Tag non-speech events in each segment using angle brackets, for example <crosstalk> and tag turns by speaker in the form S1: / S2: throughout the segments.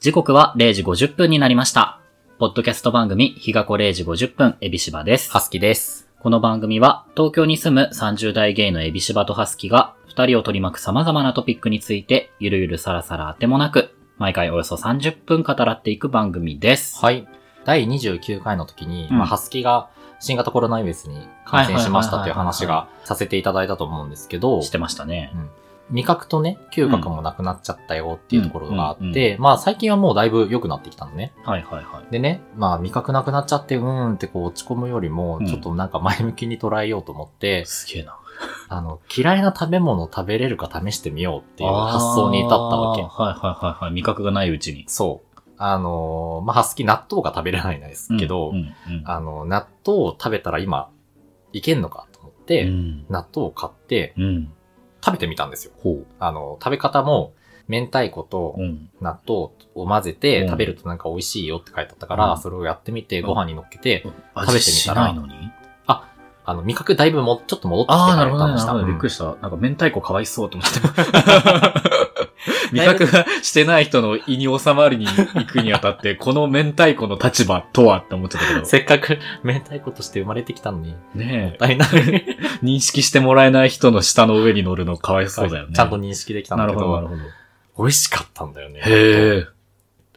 S1: 時刻は0時50分になりました。ポッドキャスト番組、日がこ0時50分、エビシバです。
S2: ハスキです。
S1: この番組は、東京に住む30代ゲイのエビシバとハスキが、二人を取り巻く様々なトピックについて、ゆるゆるさらさら当てもなく、毎回およそ30分語らっていく番組です。
S2: はい。第29回の時に、
S1: うん
S2: まあ、ハスキが新型コロナウイルスに感染しましたという話
S1: はい
S2: がさせていただいたと思うんですけど、
S1: してましたね。
S2: 味覚とね、嗅覚もなくなっちゃったよっていうところがあ
S1: うん
S2: っ
S1: うん
S2: て、まあ最近はもうだいぶ良くなってきたのね。
S1: はいはいはい。
S2: でね、まあ味覚なくなっちゃって、うーんってこう落ち込むよりも
S1: うん、
S2: ちょっとなんか前向きに捉えようと思って、
S1: すげえな。っ
S2: あの、嫌いな食べ物を食べれるか試してみようっていう発想に至ったわけ
S1: はい。はいはいはい。味覚がないうちに。
S2: そう。あのーまあ、ハスキー納豆が食べれないんですけど、
S1: うんうんうん
S2: あの、納豆を食べたら今、いけんのかと思っ
S1: う
S2: て、
S1: ん
S2: 納豆を買って
S1: うん。
S2: 食べてみたんですよ。
S1: ほう。
S2: あの、食べ方も、明太子と
S1: うん。
S2: 納豆を混ぜ
S1: う
S2: て
S1: ん
S2: 食べるとなんか美味しいよって書いてあったか
S1: う
S2: ら、
S1: ん
S2: それをやってみてご飯に乗っけて、
S1: 食べてみたら。
S2: 味しない
S1: のに
S2: あの、味覚だいぶもちょっと戻ってきて
S1: ああ、な
S2: か
S1: る
S2: ら
S1: ほど、
S2: 食べ
S1: ね。
S2: ま
S1: なる
S2: した。
S1: ほど。
S2: うん
S1: びっくりした。なんか明太子かわいそうと <laughs> 思って。味覚がしてない人の胃に収まるに行くにあた <laughs> って、この明太子の立場とはって思ってたけど。
S2: せっかく明太子として生まれてきたのに、もっ
S1: ね
S2: たいない。
S1: え、認識してもらえない人の舌の上に乗るのかわいそうだよね。
S2: ちゃんと認識できたん
S1: な
S2: だ
S1: る
S2: け
S1: ほ
S2: ど、
S1: ど、なるほど。
S2: 美味しかったんだよね。
S1: へ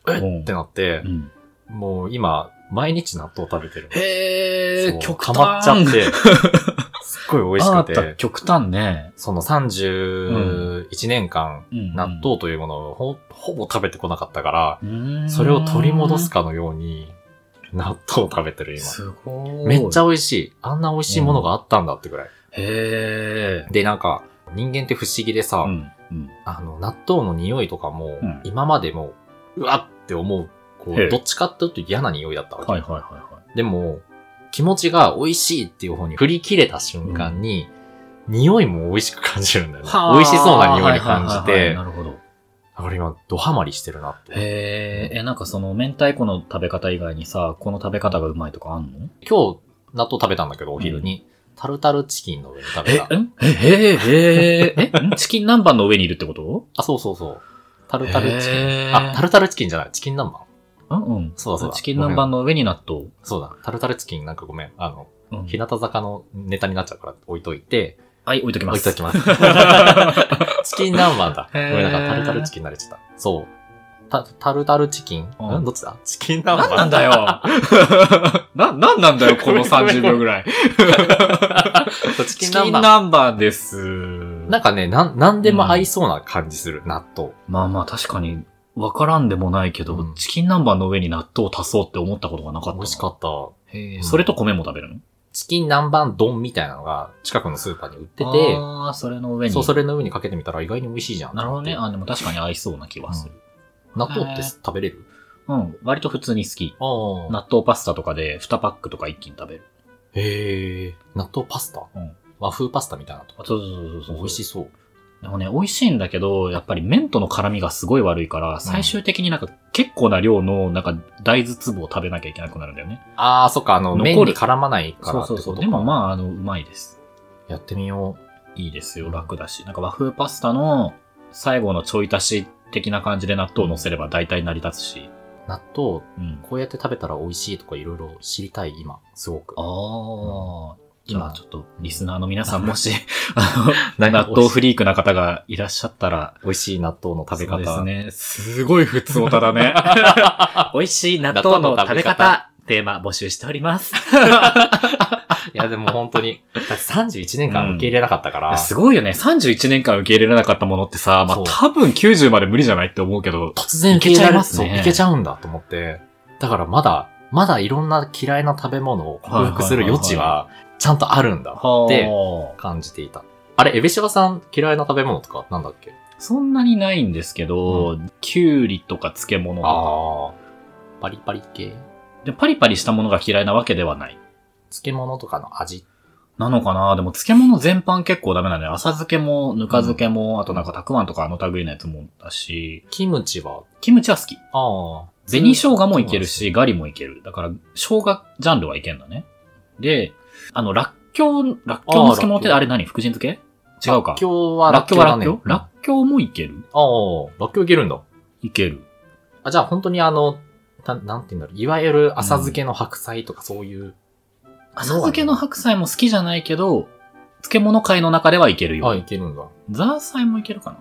S1: え。
S2: えってなって
S1: う、ん。
S2: もう今、毎日納豆食べてる。
S1: へ
S2: そ
S1: え
S2: う、
S1: 極
S2: ハ
S1: 端。
S2: マっちゃって、 <laughs> すっごい美味し
S1: ああ
S2: く
S1: った
S2: て、
S1: 極端ね。
S2: その31年間、
S1: うんうん
S2: 納豆というものをほほぼ食べてこなかったから、
S1: うーん
S2: それを取り戻すかのように、納豆を食べてる今。
S1: すごい。
S2: めっちゃ
S1: へ
S2: 美味しい。あんな美味しいものがあったんだってぐらい。
S1: え。
S2: で、なんか、人間って不思議でさ、
S1: うん。うん。
S2: あの、納豆の匂いとかも、
S1: うん
S2: 今までも、うわって思う、こ
S1: へえ
S2: う、どっちかっていうと嫌な匂いだったわけ。
S1: はいはいはいは
S2: でも、気持ちが美味しいっていう方に振り切れた瞬間に、匂いも美味しく感じるんだよね。
S1: い。
S2: 美味しそうな匂いに感じ
S1: はいはいはいはい
S2: て
S1: な、るほど。
S2: これ今、ドハマりしてるなって。
S1: へえ、え、なんかその、明太子の食べ方以外にさ、この食べ方がうまいとかあんの
S2: 今日、納豆食べたんだけど、お昼に、タルタルチキンの上に食べた。
S1: んえ、へえ、へえ、え、んチキン南蛮の上にいるってこと
S2: あ、そうそうそう。タルタルチキ
S1: へ
S2: ン。
S1: ー
S2: あ、タルタルチキンじゃない。チキン南蛮
S1: うんうん。
S2: そうだそうだ
S1: チキン南蛮の上に納豆。
S2: そうだ。タルタルチキンなんかごめん。あの、
S1: うん
S2: 日向坂のネタになっちゃうから置いといて、
S1: はい、置いときま
S2: 置い
S1: す。
S2: と
S1: <laughs>
S2: きます。チキン南蛮だ。ご
S1: へー
S2: めんなさい、タルタルチキンに慣れちゃった。そう。タタルタルチキン、
S1: うん
S2: ん、どっちだチキン南蛮。
S1: なんだ
S2: <laughs>
S1: よな、なんなんだよ、この30秒ぐらい。
S2: そうチキ
S1: <laughs> チ
S2: ン
S1: キン
S2: 南蛮。
S1: 南蛮です。
S2: なんかね、なん、なんでも合いそうな感じする、納豆。
S1: まあまあ、確かに、わからんでもないけど、
S2: うん
S1: チキン南蛮の上に納豆を足そうって思ったことがなかったな。
S2: 美味しかった。
S1: へ
S2: う
S1: え、
S2: ん
S1: それと米も食べるの
S2: チキン南蛮丼みたいなのが近くのスーパーに売ってて、
S1: ああ、それの上に。
S2: そう、それの上にかけてみたら意外に美味しいじゃん。
S1: なるほどね。
S2: って
S1: あ、でも確かに合いそうな気はする。
S2: 納豆って
S1: へー
S2: 食べれる
S1: うん、割と普通に好き。
S2: ああ。
S1: 納豆パスタとかで2パックとか一気に食べる。
S2: へえ。納豆パスタ、
S1: うん
S2: 和風パスタみたいなと
S1: あ
S2: か。
S1: そうそうそうそうそう。
S2: 美味しそう。
S1: でもね、美味しいんだけど、やっぱり麺との絡みがすごい悪いから、最終的になんか結構な量のなんか大豆粒を食べなきゃいけなくなるんだよね。
S2: ああ、そっか、あの、
S1: 残る
S2: 麺に絡まないから
S1: そうそう
S2: ってこと
S1: そう。
S2: か
S1: でもまあ、あの、うまいです。
S2: やってみよう。
S1: いいですよ。楽だし。なんか和風パスタの最後のちょい足し的な感じで納豆を乗せれば大体成り立つし。
S2: 納豆、
S1: うん。
S2: こうやって食べたら美味しいとかいろいろ知りたい、今、すごく。
S1: ああ、
S2: じゃあ
S1: 今ちょっと、リスナーの皆さんもし、 <laughs> あの、
S2: なんか
S1: <laughs> 納豆フリークな方がいらっしゃったら、
S2: 美味しい納豆の食
S1: そ
S2: べ
S1: う
S2: 方。
S1: ですね。すごい普通オタだね。美味しい納豆の食べ
S2: 納豆の食べ
S1: 方
S2: 方、
S1: テーマ募集しております。
S2: <laughs> いや、でも本当に、だって31年間受け入れなかったから、
S1: すごいよね。31年間受け入れられなかったものってさ、まあ
S2: そう
S1: 多分90まで無理じゃないって思うけど、
S2: 突然受け入れられ
S1: いけちゃいますね
S2: そういけちゃうんだと思って、だからまだ、まだいろんな嫌いな食べ物を克服する余地は、ちゃんとあるんだっ
S1: で
S2: て感じていた。あれ、エビシバさん嫌いな食べ物とかなんだっけ
S1: そんなにないんですけど、きゅうりとか漬物とか
S2: ああ、パリパリ系
S1: で、パリパリしたものが嫌いなわけではない。
S2: 漬物とかの味。
S1: なのかなでも漬物全般結構ダメなのよ。浅漬けも、ぬか漬けも、あとなんかたくあんとかあの類のやつもだし、
S2: キムチは、
S1: キムチは好き。
S2: ああ。
S1: 紅生姜もいけるし、ガリもいける。だから、生姜ジャンルはいけんだね。で、あの、らっきょう、らっきょうの漬物って
S2: あーらっきょう
S1: あれ何福神漬け
S2: そ
S1: 違
S2: うなん
S1: う
S2: だ、
S1: か
S2: らっ。きょうは
S1: らっきょうはらっきょう
S2: らっきょうだね
S1: らっきょうもいける
S2: ああ、らっきょういけるんだ。
S1: いける。
S2: あじゃあ本当にあの、たなんて言うんだろう、いわゆる浅漬けの白菜とかそういう。
S1: 浅漬けの白菜も好きじゃないけど、漬物界の中ではいけるよ。
S2: あ、いけるんだ。
S1: ザーサイもいけるかな。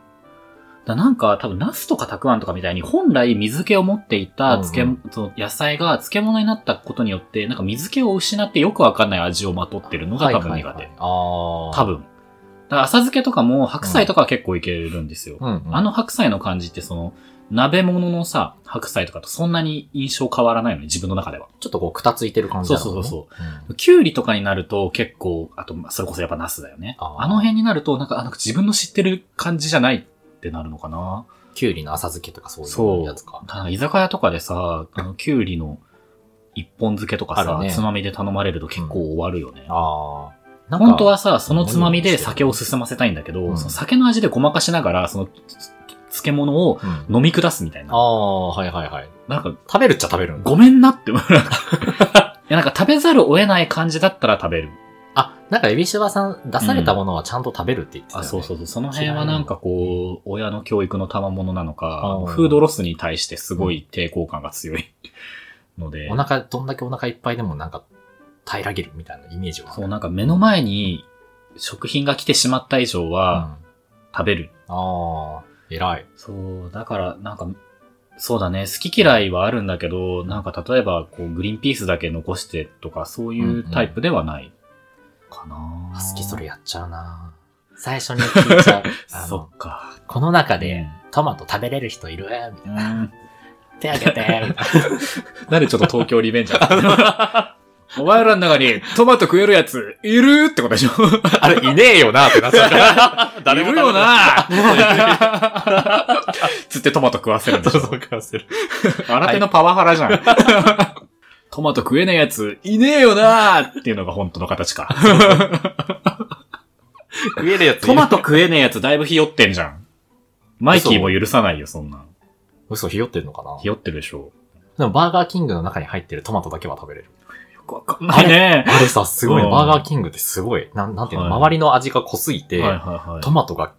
S1: だなんか、多分、ナスとかたくあんとかみたいに、本来水気を持っていた漬け、
S2: うん
S1: その野菜が漬物になったことによって、なんか水気を失ってよくわかんない味をまとってるのが多分苦手。
S2: はいはいはいああ。
S1: 多。分。だから浅漬けとかも、白菜とかは結構いけるんですよ。
S2: うん、うん。
S1: あの白菜の感じって、その、鍋物のさ、白菜とかとそんなに印象変わらないのね、自分の中では。
S2: ちょっとこう、くたついてる感じなのかな
S1: そうそう
S2: うん。
S1: キュウリとかになると結構、あと、まあそれこそやっぱナスだよね。
S2: あ
S1: あ
S2: ー
S1: の辺になると、なんか、あなんか自分の知ってる感じじゃないってなるのかな。
S2: きゅうりの浅漬けとかそう
S1: そ
S2: いう
S1: う
S2: やつか。
S1: ただ、居酒屋とかでさ、あの、キュウリの一本漬けとか
S2: あ
S1: さ、
S2: るね
S1: つまみで頼まれると結構終わるよね。
S2: ああ。なんか
S1: 本当はさ、そのつまみで酒を進ませたいんだけど、
S2: うん
S1: その酒の味でごまかしながら、その、つ漬物を
S2: うん
S1: 飲み下すみたい
S2: あ
S1: な。
S2: あ、はいはいはい。
S1: なんか、
S2: 食べるっちゃ食べるんだ
S1: ごめんな <laughs> って思う。いや、なんか食べざるを得ない感じだったら食べる。
S2: あ、なんか、エビシバさん出されたものはちゃんと食べるって言ってたよ
S1: あ、
S2: ね。。
S1: そうそううそう。その辺はなんかこう、親の教育の賜物なのか
S2: うん、
S1: フードロスに対してすごい抵抗感が強いので
S2: お、腹、どんだけお腹いっぱいでもなんか、平らげるみたいなイメージはある。
S1: そう、なんか目の前に食品が来てしまった以上
S2: うん
S1: は
S2: あ
S1: 食べる。
S2: あ、偉い。
S1: そう、だからなんか、そうだね、好き嫌いはあるんだけど、なんか例えばこう、グリーンピースだけ残してとか、そういうタイプではないかな、
S2: あ好きそれ。やっちゃうな最初に聞い <laughs> ちゃうあ
S1: そ
S2: の。
S1: っか。
S2: この中で
S1: ね、
S2: トマト食べれる人いるみたい
S1: <laughs>
S2: な。
S1: うん
S2: 手あげて、みたいな。
S1: なんでちょっと東京リベンジャー <laughs> お前らの中にトマト食えるやついるってことでしょ
S2: <laughs> あれ、いねえよなってなっちゃ <laughs> う。
S1: いるよ <laughs> なつってトマト食わせるんでし
S2: そう
S1: ょ
S2: そう、かせる。
S1: 新手のパワハラじゃん。 <laughs> トマト食えないやついねえよなっていうのが本当の形 <laughs> か。
S2: 食えるやついる
S1: トマト食えねえやつだいぶひよってんじゃん。マイキーも許さないよ、そんなん。
S2: 嘘、ひよってんのかな
S1: ひよってるでしょ。
S2: でも、バーガーキングの中に入ってるトマトだけは食べれる。
S1: よくわかんないね。
S2: あれさ、すごいね。
S1: うん
S2: バーガーキングってすごい。なん、なんていうの、
S1: はい
S2: 周りの味が濃すぎて、
S1: はいはいはい
S2: トマトが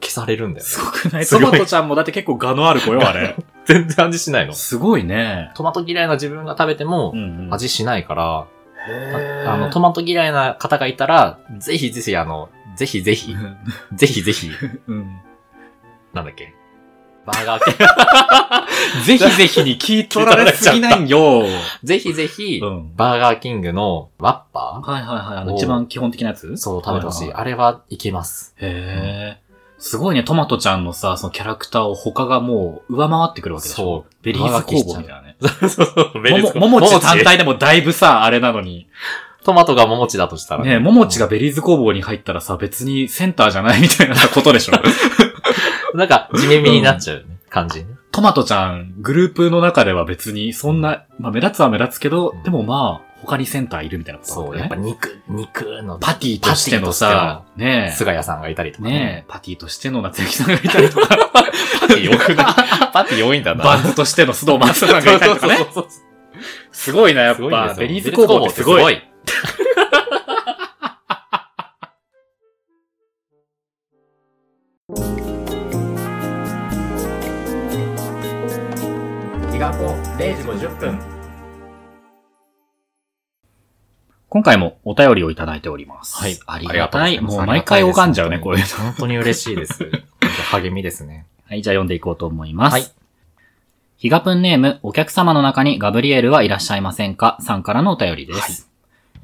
S2: 消されるんだよね。
S1: すごくない
S2: す
S1: ト
S2: ごい
S1: マトちゃんもだって結構ガのある子よ、あれ。
S2: 全然味しない
S1: <laughs>
S2: の。
S1: すごいね。
S2: トマト嫌いな自分が食べても、
S1: ん
S2: 味しないから、
S1: へー
S2: あの、トマト嫌いな方がいたら、ぜひぜひ、あの、ぜひぜ <laughs> ひ、ぜひぜひ、
S1: うん
S2: なんだっけ。バーガー <laughs> キング、
S1: ぜひぜひに聞い取られすぎない <laughs> よ。
S2: ぜひぜひ、
S1: ん。
S2: バーガーキングのワッパー
S1: はいはいはい。あ
S2: お
S1: の、
S2: う
S1: 一番基本的なやつ
S2: そう、食べてほしい。
S1: は
S2: あれはいけます。
S1: いはいへえ。すごいね、トマトちゃんのさ、そのキャラクターを他がもう上回ってくるわけでしょ。
S2: う。
S1: ベリーズ工房みたいなね。
S2: そうそう、ベリーズ
S1: もももち単体でもだいぶさ、あれなのに。
S2: トマトがももちだとしたら
S1: ねももちがベリーズ工房に入ったらさ、別にセンターじゃないみたいなこと <laughs> でしょ。
S2: なんか、地味みになっちゃうよね感じね。
S1: トマトちゃん、グループの中では別にそんな、まあ目立つは目立つけど、
S2: うん
S1: でもまあ、他にセンターいるみたいなこと
S2: そう、
S1: だ
S2: や
S1: よ
S2: っぱ
S1: ね。
S2: 肉、肉の、
S1: パティとしてのさ、ねえ
S2: 菅谷さんがいたりとか
S1: ねえ、パティとしての夏雪さんがいたりとか、
S2: パティ多くないパティ多いんだな。
S1: バンズとしての須藤松さんがいたりとかね。
S2: そうそうそう
S1: すごいな、やっ
S2: すごいんで
S1: ぱ。
S2: すよ
S1: ベリーズ工房ってすご
S2: ベ
S1: い。
S2: リーズ工房ってすごい。時間0時50分。
S1: 今回もお便りをいただいております。
S2: はい
S1: ありがたい。
S2: ありがとうございます
S1: もう毎回拝んじゃうね、
S2: あり
S1: こ
S2: が
S1: う
S2: た
S1: いう
S2: い
S1: の。
S2: 本当に嬉しい <laughs> です。本当励みですね。
S1: はい、じゃあ読んでいこうと思います。
S2: はい
S1: ヒガプンネーム、お客様の中にガブリエルはいらっしゃいませんかさんからのお便りです。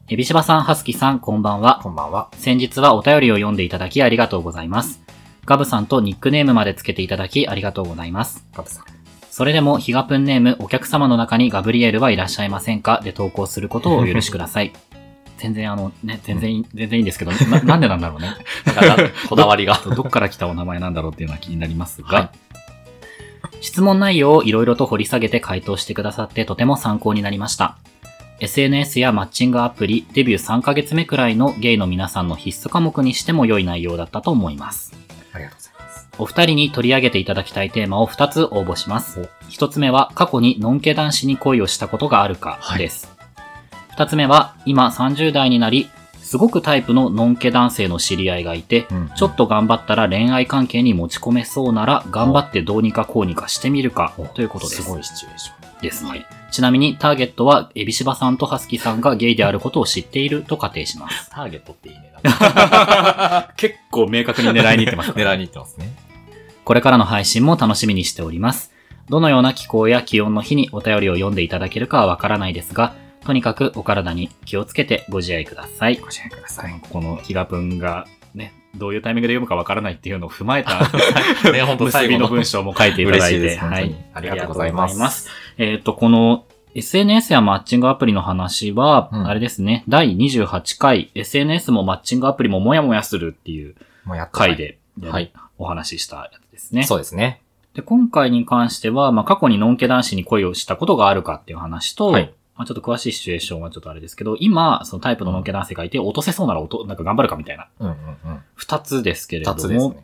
S1: エビシバさん、ハスキさん、こんばんは。
S2: こんばんは。
S1: 先日はお便りを読んでいただきありがとうございます。ガブさんとニックネームまでつけていただきありがとうございます。
S2: ガブさん。
S1: それでも、ヒガプンネーム、お客様の中にガブリエルはいらっしゃいませんかで投稿することをお許しくだ
S2: <laughs>
S1: さい。全然あの、ね、全然いい、全然いいんですけど、な、なんでなんだろうね。
S2: なんかこだわ <laughs> りが。
S1: どどっから来たお名前なんだろうっていうのは気になりますが、
S2: は
S1: 質問内容をいろいろと掘り下げて回答してくださってとても参考になりました。SNS やマッチングアプリ、デビュー3ヶ月目くらいのゲイの皆さんの必須科目にしても良い内容だったと思います。
S2: ありがとうございます。
S1: お二人に取り上げていただきたいテーマを2つ応募します。1つ目は過去にノンケ男子に恋をしたことがあるかです。2つ目は今30代になり、すごくタイプののんけ男性の知り合いがいて、
S2: うん
S1: ちょっと頑張ったら恋愛関係に持ち込めそうなら、頑張ってどうにかこうにかしてみるか、ということです。
S2: すごいシチュエーション。
S1: ですね。ちなみにターゲットは、エビシバさんとハスキさんがゲイであることを知っていると仮定します。
S2: ターゲットっていいね。 <laughs>
S1: 結構明確に狙いに行ってます
S2: 狙いに行ってますね。
S1: <laughs> これからの配信も楽しみにしております。どのような気候や気温の日にお便りを読んでいただけるかはわからないですが、とにかくお体に気をつけてご自愛ください。
S2: ご自愛くだ
S1: こ。のこのヒラ文がね、どういうタイミングで読むかわからないっていうのを踏まえた
S2: ね、本当
S1: 結
S2: 最
S1: び
S2: 後
S1: の
S2: の
S1: 文章も書いていた
S2: 嬉
S1: だい
S2: しいで
S1: て、
S2: す。本当に。ありがとうございます。
S1: えっ、と、この SNS やマッチングアプリの話は、
S2: うん
S1: あれですね、第28回 SNS もマッチングアプリもモヤモヤするっていう
S2: もうやっ
S1: 回
S2: で。
S1: で、
S2: はい
S1: お話ししたやつですね。
S2: そうですね。
S1: で、今回に関しては、まあ、過去にのんけ男子に恋をしたことがあるかっていう話と、
S2: はい
S1: まあ、ちょっと詳しいシチュエーションはちょっとあれですけど、今、そのタイプののんけ男性がいて、落とせそうなら落と、なんか頑張るかみたいな、
S2: うんうんうん。
S1: 二つですけれど
S2: 二つです
S1: も、
S2: ね。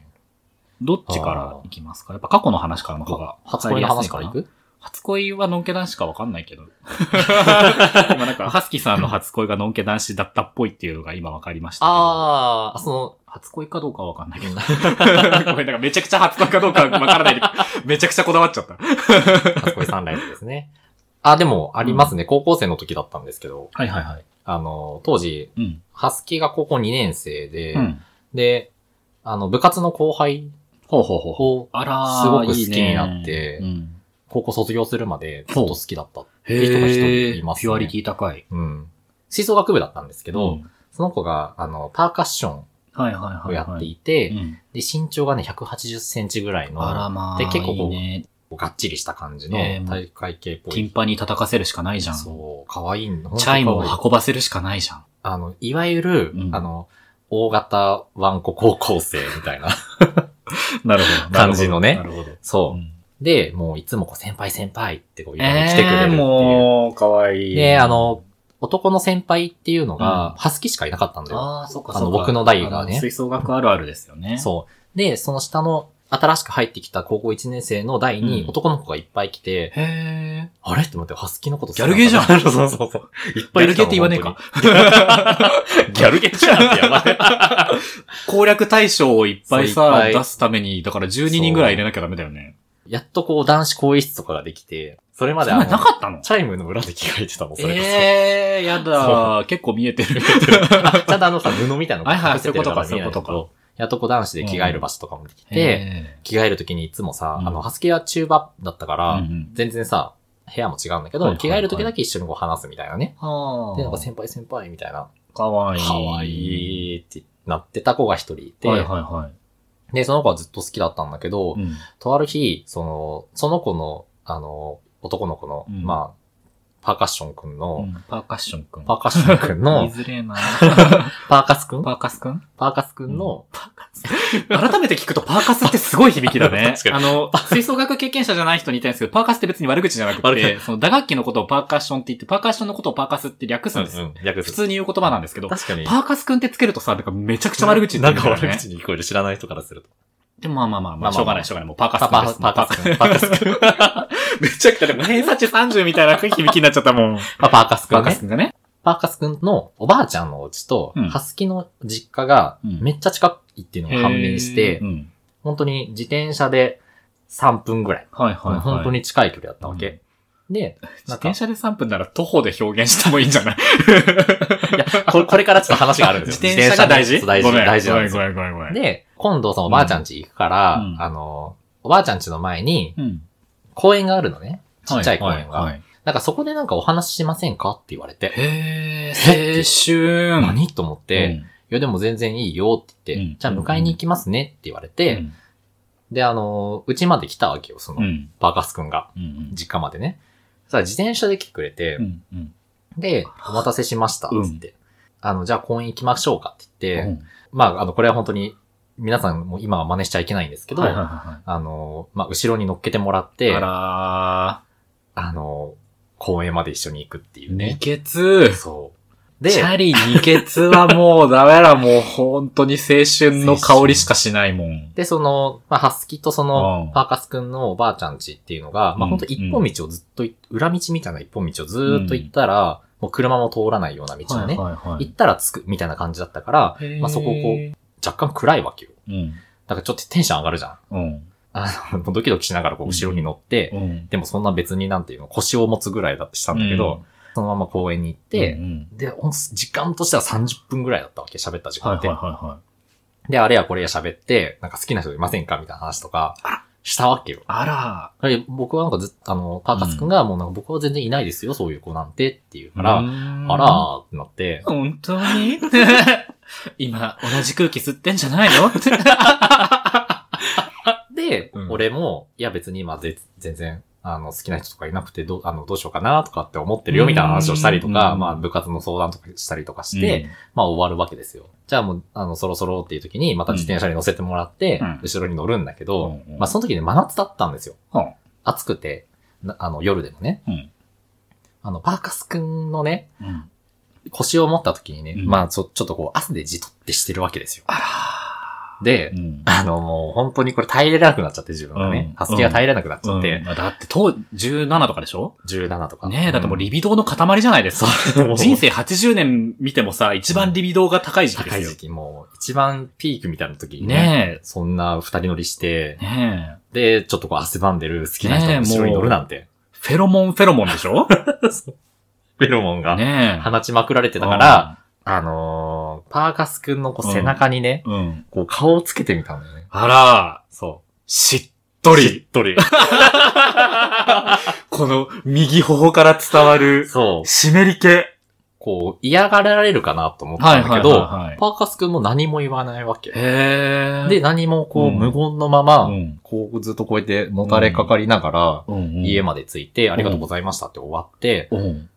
S1: どっちからいきますかやっぱ過去の話からの方が
S2: 初恋の話から
S1: 入
S2: い
S1: りやすい
S2: く
S1: 初恋はのんけ男子かわかんない
S2: <laughs>
S1: けど。今なんか、ハスキさんの初恋がのんけ男子だったっぽいっていうのが今わかりましたけど。
S2: あー、そ
S1: 初恋かどうかはわかんないけど。 <laughs>
S2: の、
S1: ごめん、なんかめちゃくちゃ初恋かどうか
S2: <laughs>
S1: わからないで、めちゃくちゃこだわっちゃった。
S2: 初恋サンライズですね。あ、でも、ありますね。高校生の時だったんですけど、
S1: はいはいはい。
S2: あの、当時、
S1: うん。
S2: ハスキが高校2年生で、
S1: うん。
S2: で、あの、部活の後輩
S1: ほうほうほうほう。
S2: を
S1: あらー
S2: すごく好きになって
S1: いいねうん
S2: 高校卒業するまでずっと好きだった。
S1: へ
S2: 人が一
S1: ー
S2: 人いますね
S1: ピュアリティ高い。
S2: うん。吹奏楽部だったんですけど、
S1: うん
S2: その子が、あの、パーカッション
S1: はいはいはい。
S2: をやってい
S1: い
S2: て、
S1: うん
S2: で、身長がね、180センチぐらいの、
S1: あらまあ。
S2: で結構
S1: いい
S2: こう
S1: ね。
S2: こうがっちりした感じの
S1: えー
S2: 体会系っぽ
S1: ティン
S2: い。
S1: パに叩かせるしかないじゃん。チ
S2: そう、可愛いんだ。
S1: ャイムを
S2: 本当可愛い
S1: 運ばせるしかないじゃん。
S2: あの、いわゆる、
S1: うん
S2: あの、大型ワンコ高校生みたいな。
S1: <laughs> なるほ
S2: ど感じのね
S1: なるほど。
S2: そうう。
S1: ん
S2: で、もういつもこう先輩先輩ってこう、いろいろ来てくれるっ
S1: え
S2: て
S1: ー、
S2: いう。
S1: もう、かわいい。
S2: で、あ、の、男の先輩っていうの
S1: うん
S2: が、ハスキしかいなかったんだよ。
S1: ああ、そっかそっか。
S2: あの僕の代がね
S1: あの吹奏楽あるあるですよね。
S2: そう。で、その下の、新しく入ってきた高校1年生の代に
S1: うん
S2: 男の子がいっぱい来て、
S1: う。へえ。
S2: あれって思って、ハスキのこと好き
S1: ギャルゲーじゃん
S2: そうそうそうそう。いっぱ
S1: ギャ
S2: い来たの
S1: ルゲーって言わねえか。 <laughs>
S2: 本当にギャルゲーじゃんってやばい。
S1: 攻略対象をいっぱい
S2: そうい
S1: さ、
S2: っぱい
S1: 出すために、だから12人ぐらい入れなきゃダメだよね。
S2: <laughs> やっとこう男子更衣室とかができて、それまで
S1: そん
S2: あ
S1: なに
S2: の
S1: なかったの
S2: チャイムの裏で着替えてたの、それこそ。
S1: ええー、やだー。結構見えてる。
S2: <laughs> あちゃんとあのさ、布みたいなの
S1: はいはい
S2: 被せてるから
S1: そういうことか
S2: 見えないんだけど
S1: そういう
S2: やっとこう男子で着替える場所とかもできて、
S1: で、
S2: 着替える時にいつもさ、
S1: うん
S2: あの、ハスキは中盤だったから、
S1: うんうん
S2: 全然さ、部屋も違うんだけど、
S1: はいはいはい
S2: 着替える時だけ一緒にこう話すみたいなね。
S1: は
S2: で、なんか先輩先輩みたいな、
S1: かわいい。
S2: 可
S1: い。
S2: 愛いいってなってた子が一人いて、
S1: はいはいはい。
S2: で、その子はずっと好きだったんだけど、
S1: うん
S2: とある日、その、その子の、あの、男の子の、
S1: うん
S2: まあ、パーカッションくんの、
S1: パーカッションくん。
S2: パーカッションく
S1: <laughs>
S2: ん
S1: い
S2: の、
S1: ずれえな。
S2: パーカスくん
S1: パーカスくん
S2: パーカスくんの、。
S1: 改めて聞くとパーカスってすごい響きだ <laughs> ね
S2: 確か
S1: あの、吹奏楽経験者じゃない人に言いたいんですけど、パーカスって別 <laughs> に悪口じゃなく
S2: 悪く
S1: て、その打楽器のことをパーカッションって言って、パーカッションのことをパーカスって略すんですよ。
S2: うん略
S1: 普
S2: す
S1: 通に言う言葉なんですけ <laughs> ど、パ
S2: 確かに。
S1: ーカスくんってつけるとさ、なんかめちゃくちゃ悪口にな
S2: なん
S1: る
S2: か
S1: から
S2: 悪
S1: ね。
S2: 口に聞こえる知らない人からすると。
S1: でもまあまあまあま
S2: ま
S1: あ、
S2: あまあまあ
S1: しょうがないしょうがない。もうパーカ
S2: パ
S1: スくんです。
S2: パパーカスくん。パーカスくん。
S1: くん。めちゃくちゃ、でも偏差値30みたいな響きになっちゃったもん。
S2: パパーカスく
S1: パ
S2: ん
S1: ーカ
S2: ね
S1: ス。くんがね。
S2: パーカスくんのおばあちゃんのお家と
S1: うん、
S2: ハスキの実家が
S1: うん
S2: めっちゃ近いっていうのが判明して
S1: う、ん
S2: 本当に自転車で3分ぐらい。
S1: はいはいはい。
S2: 本当に近い距離だった
S1: うん。
S2: わけ。で、
S1: 自転車で3分なら徒歩で表現してもいいんじゃ <laughs> ない
S2: いや、これ <laughs> これからちょっと話があるんです
S1: <laughs> 自
S2: よ。
S1: 転車が大事
S2: 自転車
S1: ごめん、
S2: 大事
S1: ごめ
S2: なんで
S1: ん、
S2: す
S1: ご
S2: よ。
S1: めん、ごめんごめん。
S2: で、今度そのおばあちゃん家行くから、
S1: うん
S2: あの、おばあちゃん家の前に
S1: うん、
S2: 公園があるのね。ちっちゃい公
S1: は
S2: 園
S1: い
S2: が。
S1: はいはい
S2: なんかそこでなんかお話ししませんかって言われて、
S1: へー、青春。
S2: 何と思って、いやでも全然いいよって言って、
S1: うん
S2: じゃあ迎えに行きますねって言われて、
S1: うん、
S2: で、あの、うちまで来たわけよ、その、
S1: うん。
S2: バーカスくんが、
S1: うん。
S2: 実家までね。さあ自転車で来てくれて、
S1: うん。うん。
S2: で、お待たせしました、
S1: うん
S2: つって、あの、じゃあ公園行きましょうかって言って、
S1: うん
S2: まあ、あの、これは本当に、皆さんも今は真似しちゃいけないんですけど、
S1: はいはいはいはい
S2: あの、まあ、後ろに乗っけてもらって、
S1: あ
S2: あ
S1: ら
S2: の、公園まで一緒に行くってい
S1: ー、
S2: う
S1: 二
S2: ね。
S1: 血。
S2: そう。
S1: チ
S2: で、
S1: ャ <laughs> リ二血はもうダメだ、もう本当に青春の香りしかしないもん。
S2: で、その、まあ、ハスキとそ
S1: うん
S2: の、パーカスくんのおばあちゃん家っていうのが、
S1: う
S2: まあ、
S1: ん
S2: ほんと一本道をずっとい、裏道みたいな一本道をずーっと行ったら、もう車も通らないような道
S1: は
S2: を
S1: い
S2: ね、
S1: はいはい
S2: 行ったら着くみたいな感じだったから、まあそこをこう、若干暗いわけよ。
S1: うん。
S2: だからちょっとテンション上がるじゃん。
S1: うん。
S2: あの、ドキドキしながらこう後ろに乗って、
S1: うん。
S2: でもそんな別になんていうの、腰を持つぐらいだったしたんだけど、そのまま公園に行っ
S1: うん、
S2: て、
S1: うんうん
S2: で、ほんと時間としては30分ぐらいだったわけ、喋った時
S1: はいは
S2: 間っ
S1: い
S2: て。
S1: はいはい。
S2: で、あれやこれや喋って、なんか好きな人いませんかみたいな話とか
S1: あ、
S2: したわけよ。
S1: あら。
S2: で僕はなんかずっと、あの、パーカス君がもうなんか僕は全然いないですよ、そういう子なんてっていうから、あら
S1: ら。
S2: ーってなって、
S1: 本当 <laughs> に今、同じ空気吸ってんじゃないのって。
S2: で、
S1: うん
S2: 俺も、いや別に今ぜ全然、あの、好きな人とかいなくて、どう、あの、どうしようかなとかって思ってるよみたいな話をしたりと
S1: う
S2: か、
S1: ん
S2: まあ部活の相談とかしたりとかして、、まあ終わるわけですよ。じゃあもう、あの、そろそろっていう時に、また自転車に乗せてもらって、
S1: うん
S2: 後ろに乗るんだけど、
S1: うんうん
S2: まあその時ね、真夏だったんですよ。
S1: は
S2: 暑くて、なあの、夜でもね。
S1: うん
S2: あの、パーカスくんのね、
S1: あうん
S2: 腰を持った時にね、
S1: うん
S2: まあちょ、ちょっとこう、汗でじとってしてるわけですよ。
S1: あ
S2: で、
S1: ら。うん
S2: あの、もう本当にこれ耐えれなくなっちゃって、自分が
S1: うん
S2: ね。ハスキーが耐えれなくなっちゃって、
S1: うんまあだって、当17とかでしょ
S2: 17とか。
S1: ねえ、だってもう
S2: リ
S1: リビドーの塊じゃないですか。
S2: <laughs>
S1: 人生80年見てもさ、一番リビドーが高い時期で
S2: 高い
S1: すよ
S2: 時。期、もう一番ピークみたいな時にね、
S1: ね
S2: そんな二人乗りして
S1: え。、ねえ。
S2: で、ちょっとこう汗ばんでる好きな人の後ろに乗るなんて、
S1: フェロモン、フェロモンでし <laughs> ょ
S2: ベロモンが
S1: ねえ。
S2: 放ちまくられてたから、あのー、パーカスくんのこう背中にね、
S1: うん、うん。
S2: こう顔をつけてみたんだよね。
S1: あら、
S2: そう。
S1: しっと
S2: し
S1: り。
S2: っとり。
S1: この右頬から伝わる、
S2: <laughs> そう。
S1: 湿り気。
S2: こう、嫌がられるかなと思っ
S1: は
S2: た
S1: い
S2: んだ
S1: はい
S2: け
S1: はい、
S2: ど、
S1: はい。
S2: パーカスくんも何も言わないわけ。
S1: へー
S2: で、、何もこう、
S1: うん
S2: 無言のまま、
S1: うん
S2: こうずっとこうやってもたれかかりながら、
S1: うんうん、
S2: 家まで着いて、ありがとうございましたって終わって、
S1: うん。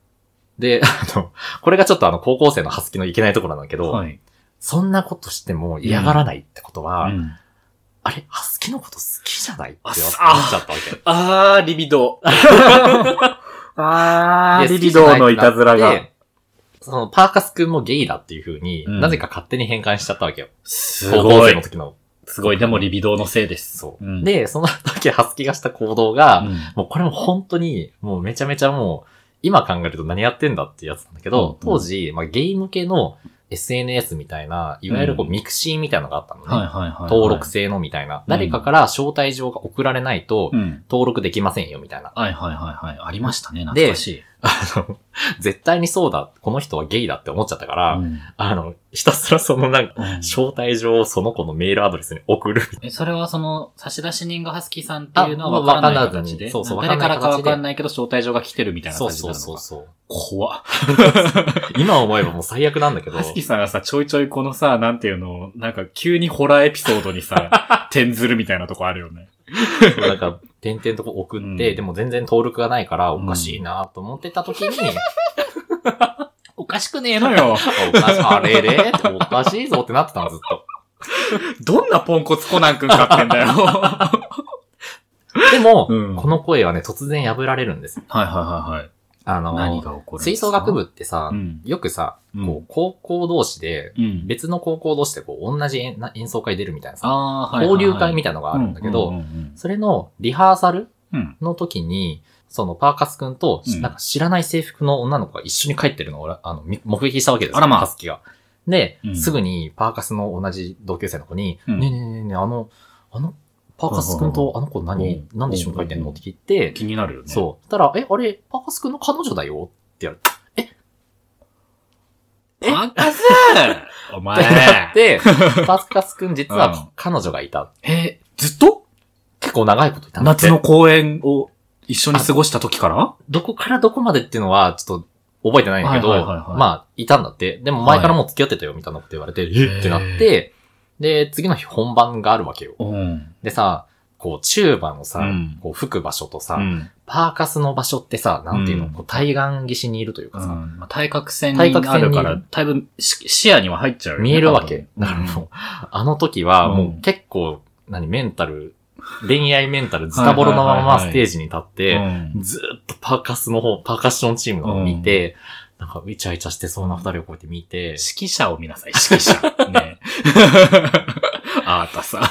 S2: で、あの、これがちょっとあの、高校生のハスキのいけないところなんだけど、
S1: はい。
S2: そんなことしても嫌がらないってことは、
S1: うん
S2: あれ、ハスキのこと好きじゃないって
S1: あ
S2: 思っち
S1: そう
S2: ゃったわけ。
S1: あー、リビドー。 <laughs> あ
S2: で
S1: リビドーのいたずら。
S2: 好きじゃないってなっ
S1: が。
S2: てその、パーカス君もゲイだっていう風に、
S1: うん
S2: なぜか勝手に変換しちゃったわけよ。
S1: す
S2: 高校生の。時の。
S1: すごい、でもリビドーのせいです。
S2: そう。
S1: うん
S2: で、その時、ハスキがした行動が、
S1: うん
S2: もうこれも本当に、もうめちゃめちゃもう、今考えると何やってんだってやつなんだけ
S1: うんうん
S2: ど、当時、まあ、ゲイ向けの SNS みたいな、いわゆるこう、ミクシーみたいなのがあったのね。
S1: はいはいはい。
S2: 登録。制のみたいな。誰かから招待状が送られないと
S1: う、ん。
S2: 登録できませんよみたい
S1: <laughs>
S2: な。
S1: はいはいはいはい。ありましたね、懐
S2: で
S1: かしい。
S2: あの、絶対にそうだ、この人はゲイだって思っちゃったから、
S1: うん
S2: あの、ひたすらそのなんか、
S1: うん
S2: 招待状をその子のメールアドレスに送るみたいな。
S1: え、それはその、差出人がハスキーさんっていうのは
S2: あ
S1: 分からな
S2: まあ
S1: い形で。
S2: 分からずにそうそう
S1: 誰からか分
S2: 分か
S1: かん
S2: ん
S1: ないけど、招待状が来てるみたいな感じなのか。
S2: そう。
S1: 怖っ。
S2: 今思えばもう最悪なんだけど
S1: <laughs> ハ、スキーさんがさ、ちょいちょいこのさ、なんていうの、なんか急にホラーエピソードに
S2: <laughs>
S1: さ、転ずるみたいなとこあるよね。
S2: なんか、点々とこう送って、
S1: うん
S2: でも全然登録がないからおかしいなと思ってた時に、 <laughs>
S1: おかしくねえのよ。
S2: あおかしい、あれれおかしいぞってなってたのずっと。
S1: どんなポンコツコナンくん買ってんだよ。は
S2: でも、
S1: うん
S2: この声はね、突然破られるんですよ。
S1: いはいはいはい。
S2: あの、
S1: 何が起こるんですか
S2: 吹奏楽部ってさ、
S1: うん。
S2: よくさ、
S1: うん
S2: こう、高校同士で、
S1: うん。
S2: 別の高校同士でこう、同じ演な演奏会出るみたいなさ、
S1: ああ、はいはい
S2: 交
S1: はい。
S2: 流会み
S1: たい
S2: たいなのがあるんだけど、
S1: うんうんうん
S2: それのリハーサル
S1: うん。
S2: の時に、そのパーカス君と、
S1: うん
S2: なんか知らない制服の女の子が一緒に帰ってるのを俺、あの、み目撃したわけですよ。
S1: あらまあ
S2: ハスキが。で、
S1: うん
S2: すぐにパーカスの同じ同級生の子に、
S1: うん
S2: ねえねえねえねえ、あの、あの、パーカス君とあの子何、
S1: うん
S2: なんで一緒に帰ってんのって聞いて、
S1: 気になるよね。
S2: そう。そしたら、え、あれ、パーカス君の彼女だよってやる。
S1: う。パンカスお
S2: <laughs> ってな
S1: 前
S2: っ。て、 <laughs> パーカス君実
S1: うん
S2: は彼女がいた。
S1: え、ずっと
S2: 結構長いこといたんだって
S1: 夏の公演を一緒に過ごした時から
S2: どこからどこまでっていうのは、ちょっと、覚えてないんだけど、
S1: はいはいはいはい
S2: まあ、いたんだって。でも前からもう付き合ってたよ、みたいなこと言われて、えってなって、で、次の日本番があるわけよ。
S1: うん。
S2: でさ、こう、チューバのさ、
S1: うん
S2: こう吹く場所とさ、
S1: うん。
S2: パーカスの場所ってさ、なんていう
S1: う
S2: の、
S1: ん
S2: こう対岸岸にいるというかさ、
S1: まあ、対角線に
S2: 対角線
S1: あ
S2: に
S1: るから、だいぶし視野には入っちゃうよね。
S2: 見えるわけ。
S1: 多
S2: だ
S1: 分
S2: からもう、あの時は
S1: う
S2: も
S1: ん
S2: う結構、何、メンタル、恋愛メンタル、ズタボロのままステージに立って、
S1: うん
S2: ずーっとパーカスの方、パーカッションチームの方を見て、なんかイチャイチャしてそうな二人をこうやって見 <laughs> て、
S1: 指揮者を見なさい、指揮 <laughs> 者。ね。あーたさ。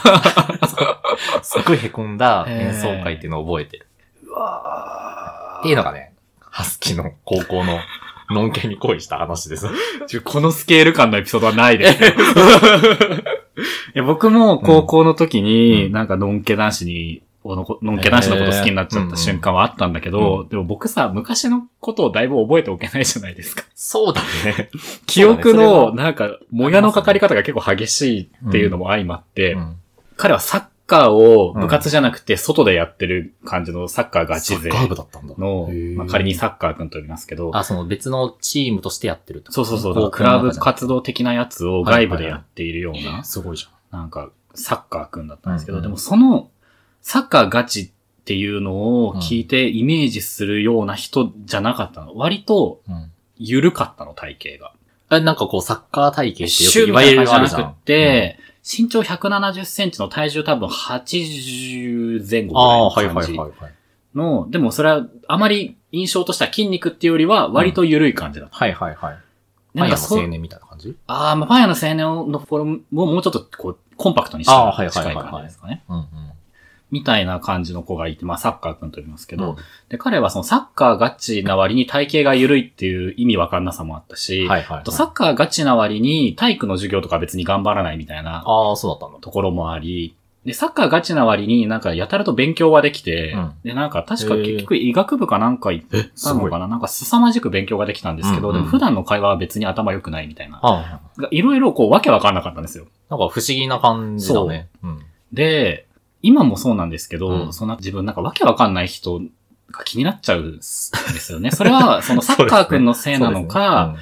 S2: すっごい凹んだ演奏会っていうのを覚えてる。
S1: うわ
S2: っていうのがね、ハスキーの高校ののんけに恋した話です。
S1: ちょこのスケール感のエピソードはないですよ。 <laughs> いや僕も高校の時に、
S2: うん
S1: なんかのんけ男子に、おのこのんけ男子のこと好きになっちゃっ
S2: えー
S1: た瞬間はあったんだけど、でも僕さ、昔のことをだいぶ覚えておけないじゃないですか。
S2: そうだね。
S1: 記憶
S2: それは
S1: の、なんか、もやのかかり方が結構激しいっていうのも相まって、
S2: うん
S1: 彼はサッカーを部活じゃなくて外でやってる感じのサッカーガチ勢
S2: サッカー部だったんだ。
S1: の
S2: へ、ー
S1: まあ、仮にサッカー君と呼びますけど、
S2: あ、その別のチームとしてやってるってこ
S1: そう
S2: と
S1: そうそう、
S2: 高校の
S1: クラブ
S2: 中じゃなくて
S1: 活動的なやつを外部でやっているような、
S2: すごいじゃん。
S1: なんか、サッカー君だったんですけど、
S2: うんうん
S1: でもその、サッカーガチっていうのを聞いてイメージするような人じゃなかったの。割と、
S2: うん。
S1: 緩かったの、体型が。
S2: え、なんかこう、サッカー体系ってよ
S1: シュ
S2: く
S1: ート
S2: 言われる
S1: じゃ
S2: ある
S1: な
S2: じ
S1: く
S2: ゃ
S1: っ
S2: ん。
S1: て、身長170センチの体重多分80前後
S2: ああ、は
S1: ぐ
S2: い
S1: らいの感
S2: はい
S1: じ
S2: はいはい。
S1: の、でもそれはあまり印象としては筋肉っていうよりは割と緩い感じだった。
S2: はいはいはい。
S1: な
S2: マ
S1: んか
S2: イヤー
S1: そ
S2: の
S1: う
S2: 青、年みたいな感じ
S1: ああ、まあ、ファイアの青年のフォルムをもうちょっとこう、コンパクトにした
S2: ああは
S1: ら
S2: いはい
S1: 近
S2: はい
S1: い
S2: はい
S1: 感じですかね。
S2: うんうん。
S1: みたいな感じの子がいて、まあサッカー君と呼びますけ
S2: け
S1: ど、
S2: ど、
S1: で、彼はそのサッカーガチな割に体型が緩いっていう意味わかんなさもあったし、
S2: はいはい
S1: あとサッカーガチな割に体育の授業とか別に頑張らないみたいな
S2: ああ、そうだったんだ。
S1: ところもあり、で、サッカーガチな割になんかやたらと勉強はできて、
S2: うん
S1: で、なんか確か結局医学部かなんか行っ
S2: え、
S1: たのかななんか凄まじく勉強ができたんですけど、
S2: うんうん
S1: でも普段の会話は別に頭良くないみたいな。
S2: ああ、
S1: がいろいろこうわけわかんなかったんですよ。
S2: なんか不思議な感じだね。うん。
S1: で、今もそうなんですけど、
S2: うん
S1: そんな自分なんかわけわかんない人が気になっちゃうんですよね。それ
S2: <laughs>
S1: は、そのサッカー君のせいなのか、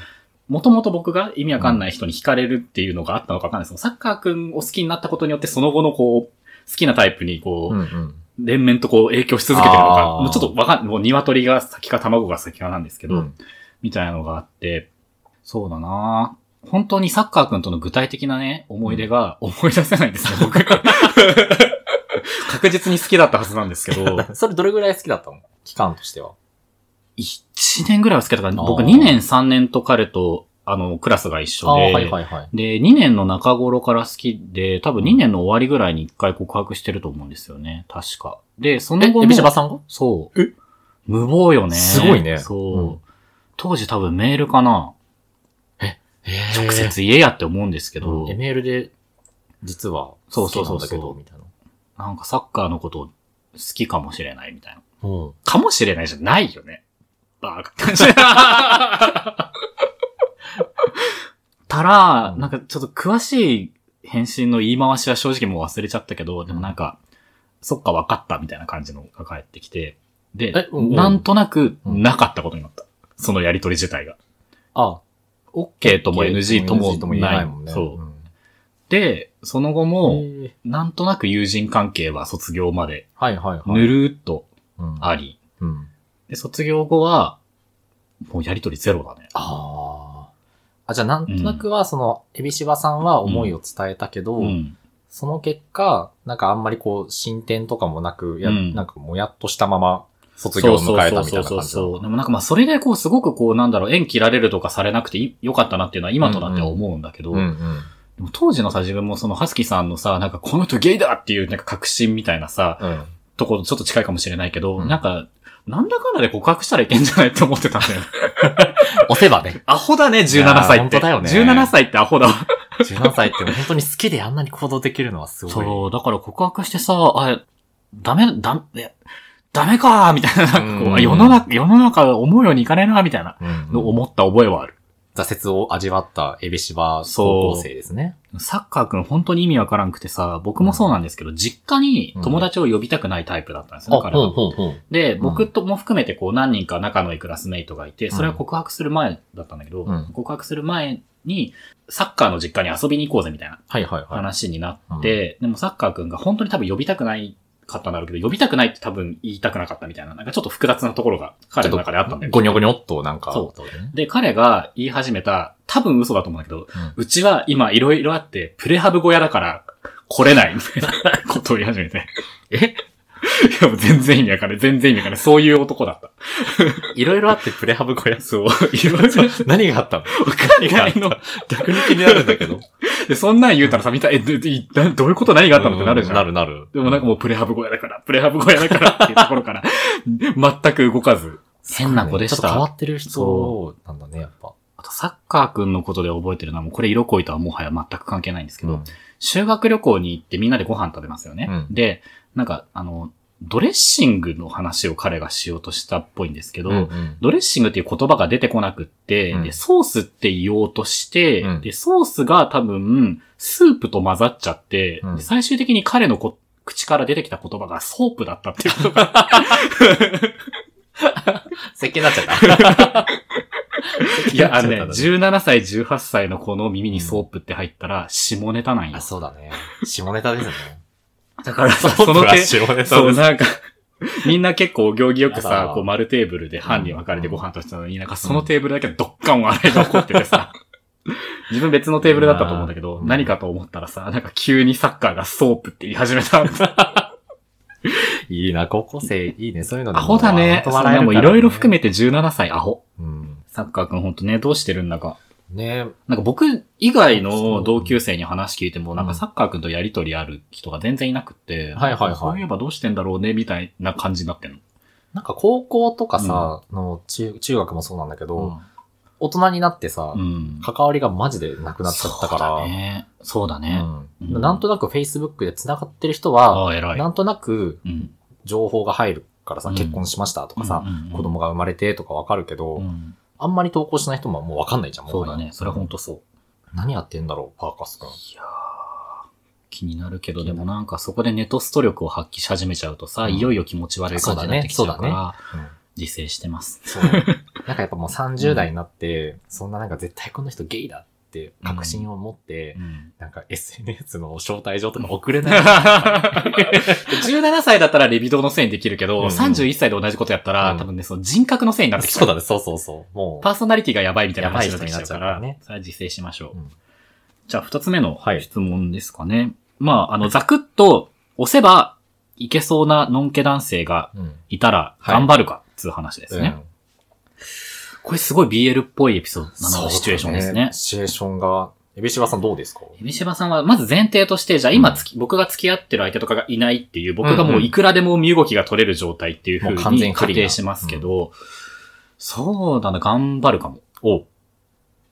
S1: もともと僕が意味わかんない人に惹かれるっていうのがあったのかわかんないですけどサッカー君を好きになったことによって、その後のこう、好きなタイプにこ、
S2: そううですね、うん。うんうん
S1: 連綿とこう影響し続けてるのか、
S2: あー
S1: もうちょっとわかん、もう鶏が先か卵が先かなんですけど、
S2: うん
S1: みたいなのがあって、そうだなぁ本当にサッカー君との具体的なね、思い出が思い出せないん <laughs> ですよ、僕。確実に好きだったはずなんですけど、 <laughs>
S2: それどれぐらい好きだったの期間としては。
S1: 1年ぐらいは好きだったから、僕
S2: あー
S1: 2年3年と彼と、あの、クラスが一緒で、
S2: はいはいはい。
S1: で、2年の中頃から好きで、多分2年の終わりぐらいに1回告白してると思うんですよね、確か。で、その
S2: え、
S1: 後
S2: エビシバ
S1: も、
S2: さんが
S1: そう。
S2: え
S1: 無謀よね。
S2: すごいね
S1: そう。
S2: うん
S1: 当時多分メールかな。直
S2: 直
S1: 接言えやって思うんですけど、
S2: え、メールで、実は、
S1: そうそうそう
S2: 好きなんだ
S1: そ
S2: けど、
S1: う
S2: みたいな。
S1: なんかサッカーのこと好きかもしれないみたいな。
S2: うん。
S1: かもしれないじゃないよね。バーカ感じ。たら、
S2: うん
S1: なんかちょっと詳しい返信の言い回しは正直もう忘れちゃったけど、でもなんか、そっか分かったみたいな感じのが返ってきて、で
S2: え、うん
S1: なんとなく
S2: うん
S1: なかったことになった。そのやりとり自体が。
S2: あ、
S1: OK とも NG とも
S2: NG
S1: な
S2: 言え
S1: い。
S2: ないもんね。
S1: そう。
S2: ん。
S1: で、その後も、
S2: へー
S1: なんとなく友人関係は卒業まで
S2: はいはいはい。
S1: ぬるーっと
S2: うん。
S1: あり。
S2: うん。
S1: で、卒業後は、もうやりとりゼロだね。
S2: ああ。あ、じゃあなんとなくは、その、エビシバさんは思いを伝えたけど、
S1: うん。
S2: その結果、なんかあんまりこう、進展とかもなく、や、
S1: うん
S2: なんかもやっとしたまま、卒業を迎えたみたいな感じだった
S1: そうそうそうそう。でもなんかまあそれでこうすごくこうなんだろう、縁切られるとかされなくてい良かったなっていうのは今となっては思うんだけど、
S2: うんうん。
S1: でも当時のさ自分もそのハスキーさんのさ、なんかこの人ゲイだっていうなんか確信みたいなさ、
S2: うん。
S1: ところとちょっと近いかもしれないけど、
S2: うん
S1: なんか、なんだかんだで告白したらいけんじゃないって思ってたんだ
S2: <laughs>
S1: よ。
S2: 押せばね。
S1: アホだね、17
S2: いやー
S1: 歳って。
S2: 本当だよね
S1: 17歳ってアホだわ。
S2: 17歳って本当に好きであんなに行動できるのはすごい。
S1: そう、だから告白してさ、あ、ダメ、ダメ、えダメかーみたいな、なんかこ
S2: う
S1: う、
S2: ん
S1: あ世の中、世の中思うようにいかないなーみたいな、
S2: うんうん
S1: の思った覚えはある。
S2: 挫折を味わったエビシバ高校生ですね。
S1: サッカーくん本当に意味わからんくてさ、僕もそうなんですけど、実家に友達を呼びたくないタイプだったんですよ、だから。
S2: ほうほう。
S1: で、
S2: ん
S1: 僕とも含めてこう何人か仲のいいクラスメイトがいて、それは告白する前だったんだけど、
S2: うん
S1: 告白する前に、サッカーの実家に遊びに行こうぜみたいな
S2: はいはいはい。
S1: 話になって、でもサッカーくんが本当に多分呼びたくないかったんだろうけど、呼びたくないって多分言いたくなかったみたいな、なんかちょっと複雑なところが彼の中であったんだよ。
S2: ごにょごにょっとなんか。
S1: そう
S2: だね。
S1: で、彼が言い始めた、多分嘘だと思うんだけど、
S2: うん
S1: うちは今いろいろあって、プレハブ小屋だから来れないみたいな <laughs> ことを言い始めて。えいや、もう全然意味わかんない。全然意味わかんない。そういう男だった。
S2: いろいろあってプレハブ小屋。
S1: そう。 <laughs> いろいろ。
S2: 何があったの
S1: 海外の。
S2: 逆に気になるんだけ <laughs> ど。
S1: で、そんなん言うたらさ、みんな、え、どどどういうこと何があったのってなるじゃん。
S2: なるなる。
S1: でもなんかもうプレハブ小屋だから、プレハブ小屋だからっていうところから、全く動かず、変な子でした
S2: ちょっと変わってる人なんだね、やっぱ。
S1: あと、サッカーくんのことで覚えてるのは、もうこれ色恋とはもはや全く関係ないんですけど、
S2: うん
S1: 修学旅行に行ってみんなでご飯食べますよね。
S2: うん
S1: で、なんか、あの、ドレッシングの話を彼がしようとしたっぽいんですけど、
S2: うんうん
S1: ドレッシングっていう言葉が出てこなくって、
S2: うん
S1: で、ソースって言おうとして、
S2: うん
S1: で、ソースが多分、スープと混ざっちゃって、
S2: うん
S1: で最終的に彼のこ口から出てきた言葉がソープだったっていうことが、
S2: 設計になっちゃった。
S1: <laughs> いや、あのね、
S2: 設計になっちゃ
S1: 17
S2: った
S1: 歳、18歳の子の耳にソープって入ったら、下ネタなんよ
S2: あ、。 <laughs> そうだね。下ネタですね。
S1: だ <laughs> からさ、<laughs>
S2: そ
S1: その
S2: の手
S1: 手、
S2: 下ネタ
S1: そう、
S2: です。
S1: なんか、 <laughs> みんな結構お行儀よく
S2: や
S1: さ
S2: だ、
S1: こう丸テーブルで班に分かれてご飯としたのに、なんかそのテーブルだけどっかん笑いが起こってて <laughs> さ、自分別のテーブルだったと思うんだけど、
S2: うん
S1: 何かと思ったらさ、なんか急にサッカーがソープって言い始めたんだ。
S2: いいな、高校生、いいね、そういうので
S1: アホだね。
S2: ほんと
S1: そ
S2: 笑え
S1: れ
S2: る
S1: もいろいろ含めて17歳アホ。
S2: め。うん。
S1: サッカーくんほんとね、どうしてるんだか。
S2: ね
S1: なんか僕以外の同級生に話聞いても、なんかサッカーくんとやりとりある人が全然いなくって、
S2: はいはいはい
S1: そういえばどうしてんだろうね、みたいな感じになってんの。
S2: なんか高校とかさ、の中中学もそうなんだけど、大人になってさ、
S1: うん
S2: 関わりがマジでなくなっちゃったから、
S1: そうだね。そうだね。
S2: うん
S1: うん
S2: なんとなく Facebook で繋がってる人は、
S1: ああ、偉い。
S2: なんとなく
S1: うん。
S2: 情報が入るからさ、
S1: うん
S2: 結婚しましたとかさ、
S1: うんうんうん
S2: 子供が生まれてとかわかるけど、
S1: うん
S2: あんまり投稿しない人ももうわかんないじゃん、
S1: そうだ
S2: もは
S1: ね。
S2: や
S1: それは本当そう。
S2: 何やってんだろう、パーカス君。
S1: いやー気になるけど、でもなんかそこでネトスト力を発揮し始めちゃうとさ、
S2: うん
S1: いよいよ気持ち悪い感じになってきちゃう
S2: そ
S1: か
S2: うだね
S1: ら、
S2: うん
S1: 自制してます。
S2: そう。 <laughs> なんかやっぱもう30代になって、そんななんか絶対この人ゲイだって確信を持って、
S1: <laughs>
S2: なんか SNS の招待状とか送れない。
S1: 17歳だったらレビドーのせいにできるけど、
S2: うんうん
S1: 31歳で同じことやったら、
S2: うん
S1: 多分ね、その人格のせいになってきちゃ。
S2: そううだね、そうそうそう。もう
S1: パ、ーソナリティがやばいみたいな話になってきちゃうか
S2: や
S1: ら、
S2: ばい人になっちゃうからね
S1: それは自制しましょう。
S2: うん
S1: じゃあ、二つ目の
S2: はい
S1: 質問ですかね。まあ、あの、ざくっと押せばいけそうなのんけ男性が
S2: うん。
S1: いたら
S2: はい
S1: 頑張るか、つう話ですね、
S2: うん
S1: これすごい BL っぽいエピソードなので、
S2: そうだね
S1: シチュエーションですね。
S2: シチュエーションが、エビシバさんどうですか
S1: エビシバさんは、まず前提として、じゃあ今つき、僕が付き合ってる相手とかがいないっていう、僕がもういくらでも身動きが取れる状態っていう
S2: もう
S1: 風
S2: 完全
S1: に
S2: に不
S1: 仮
S2: 利な
S1: 定しますけど、そうだな、頑張るかも。
S2: お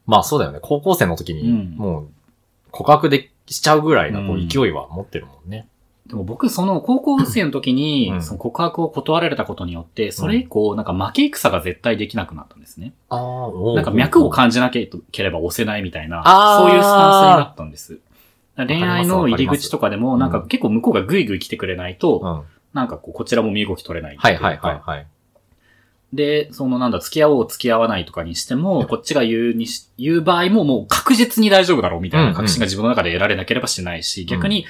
S2: まあそうだよね。高校生の時
S1: う
S2: に
S1: ん、
S2: もう、告白でしちゃうぐらいのこ
S1: う
S2: うん勢いは持ってるもんね。
S1: でも僕、その、高校生の時に
S2: う、ん
S1: その告白を断られたことによって、それ以降、なんか負け戦が絶対できなくなったんですね。
S2: ああ、おう
S1: なんか脈を感じなければ押せないみたいな、
S2: あー
S1: そういうスタンスになったんです。だから恋愛の
S2: わ
S1: 入
S2: かり
S1: り
S2: ます
S1: 口とかでも、なんか
S2: うん
S1: 結構向こうがグイグイ来てくれないと、
S2: うん。はい
S1: なんかこう、こちらも身動き取れないって
S2: は
S1: いう
S2: い
S1: か
S2: はいはい。
S1: で、そのなんだ、付き合おう、付き合わないとかにしても、こっちが言うにし、言う場合ももう確実に大丈夫だろうみたいな確信が自分の中で得られなければしないし、逆に、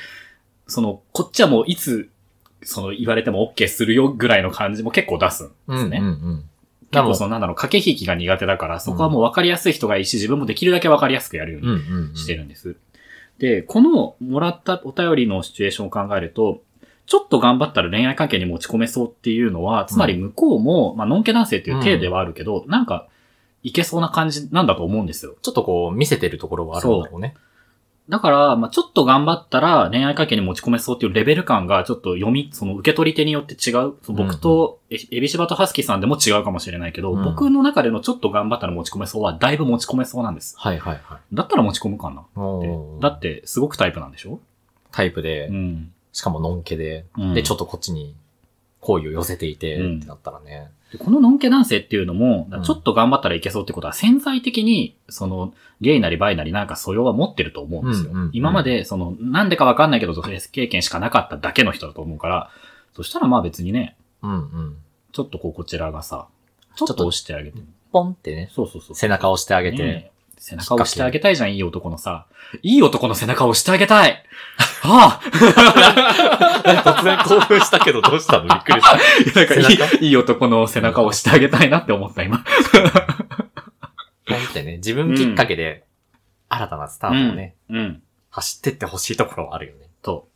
S1: その、こっちはもういつ、その言われても OK するよぐらいの感じも結構出すん
S2: う
S1: で
S2: んう
S1: す
S2: ん
S1: ね。
S2: うん。で
S1: 結構
S2: も
S1: そのなんだろう、駆け引きが苦手だから、そこはもう分かりやすい人がいいし、自分もできるだけ分かりやすくやるよう
S2: うん
S1: に
S2: うんうん。
S1: してるんです。で、このもらったお便りのシチュエーションを考えると、ちょっと頑張ったら恋愛関係に持ち込めそうっていうのは、つまり向こうも、まあ、のんけ男性っていう体ではあるけど、なんか、いけそうな感じなんだと思うんですよ。
S2: ちょっとこう、見せてるところはあるんだろうね。
S1: だから、まあ、ちょっと頑張ったら恋愛関係に持ち込めそうっていうレベル感が、ちょっと読み、その受け取り手によって違う。そう僕と、えエビシバとハスキーさんでも違うかもしれないけど、
S2: うん
S1: 僕の中でのちょっと頑張ったら持ち込めそうは、だいぶ持ち込めそうなんです。
S2: はいはいはい。
S1: だったら持ち込むかなって
S2: お。ー
S1: だって、すごくタイプなんでしょ
S2: タイプで
S1: う、ん。
S2: しかものんけで、
S1: うん
S2: で、ちょっとこっちに好意を寄せていて、
S1: うん
S2: ってなったらね。
S1: でこののんけ男性っていうのも
S2: うん、
S1: ちょっと頑張ったらいけそうってことは潜在的に、その、ゲイなりバイなりなんか素養は持ってると思うんですよ。
S2: うんうんうん
S1: 今まで、その、なんでかわかんないけど、女性経験しかなかっただけの人だと思うから、そしたらまあ別にね、
S2: うんうん。
S1: ちょっとこう、こちらがさ、ちょっ
S2: ちょっと
S1: と押してあげて。
S2: ポンってね、
S1: そうそうそう。
S2: 背中を押してあげて、
S1: ねえ背中を押してあげたいじゃん、いい男のさ。いい男の背中を押してあげたいああ
S2: <laughs> 突然興奮したけどどうしたのびっくり <laughs> した。
S1: なんかい
S2: 背中
S1: い、いい男の背中を押してあげたいなって思った、今。
S2: ポンってね、自分きっかけで、新たなスタートをね、
S1: うん。
S2: 走ってってほしいところはあるよね。
S1: と。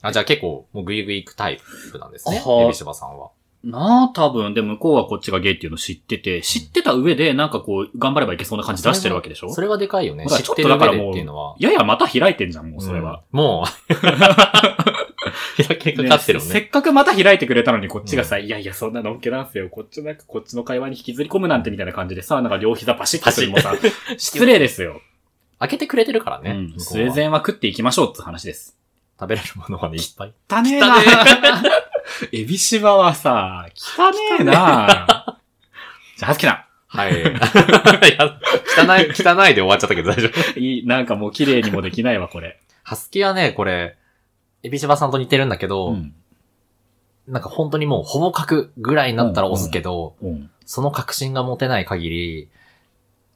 S2: あ、じゃあ結構、もうグイグイ行くタイプなんですね。
S1: あは
S2: エビシバさんは。
S1: なあ、多分。で、向こうはこっちがゲイっていうの知ってて、知ってた上で、なんかこう、頑張ればいけそうな感じ出してるわけでしょ
S2: それはでかいよね。
S1: ほら
S2: 知ってる
S1: ちょっとだから
S2: 中で
S1: もう
S2: っていうのは。 <laughs>
S1: ややまた開いてんじゃん、もうそれは。
S2: うん。もう、れだけかかってるの
S1: せ
S2: ね。
S1: っかくまた開いてくれたのに、こっちがさ、いやいや、そんなのんけなんすよ。こっちなんか、こっちの会話に引きずり込むなんてみたいな感じでさ、なんか両膝パシッとするのもさ、失礼ですよ。
S2: 開けてくれてるからね。
S1: うん。
S2: 向こ
S1: ス
S2: う
S1: ウ
S2: は
S1: ェーデンは食っていきましょうって話です。
S2: 食べれるものはね、いっぱい。
S1: 汚ねえ
S2: 汚ね
S1: エビシバはさ、汚ねえなじゃあ、はつきさ
S2: <laughs> はい。いや <laughs> 汚い、汚いで終わっちゃったけど大丈夫。
S1: ん。いい、なんかもう綺麗にもできないわ、これ。
S2: ハスキはね、これ、エビシバさんと似てるんだけど、
S1: うん。
S2: なんか本当にもうほぼ角ぐらいになったら押すけど、
S1: うん。
S2: その確信が持てない限り、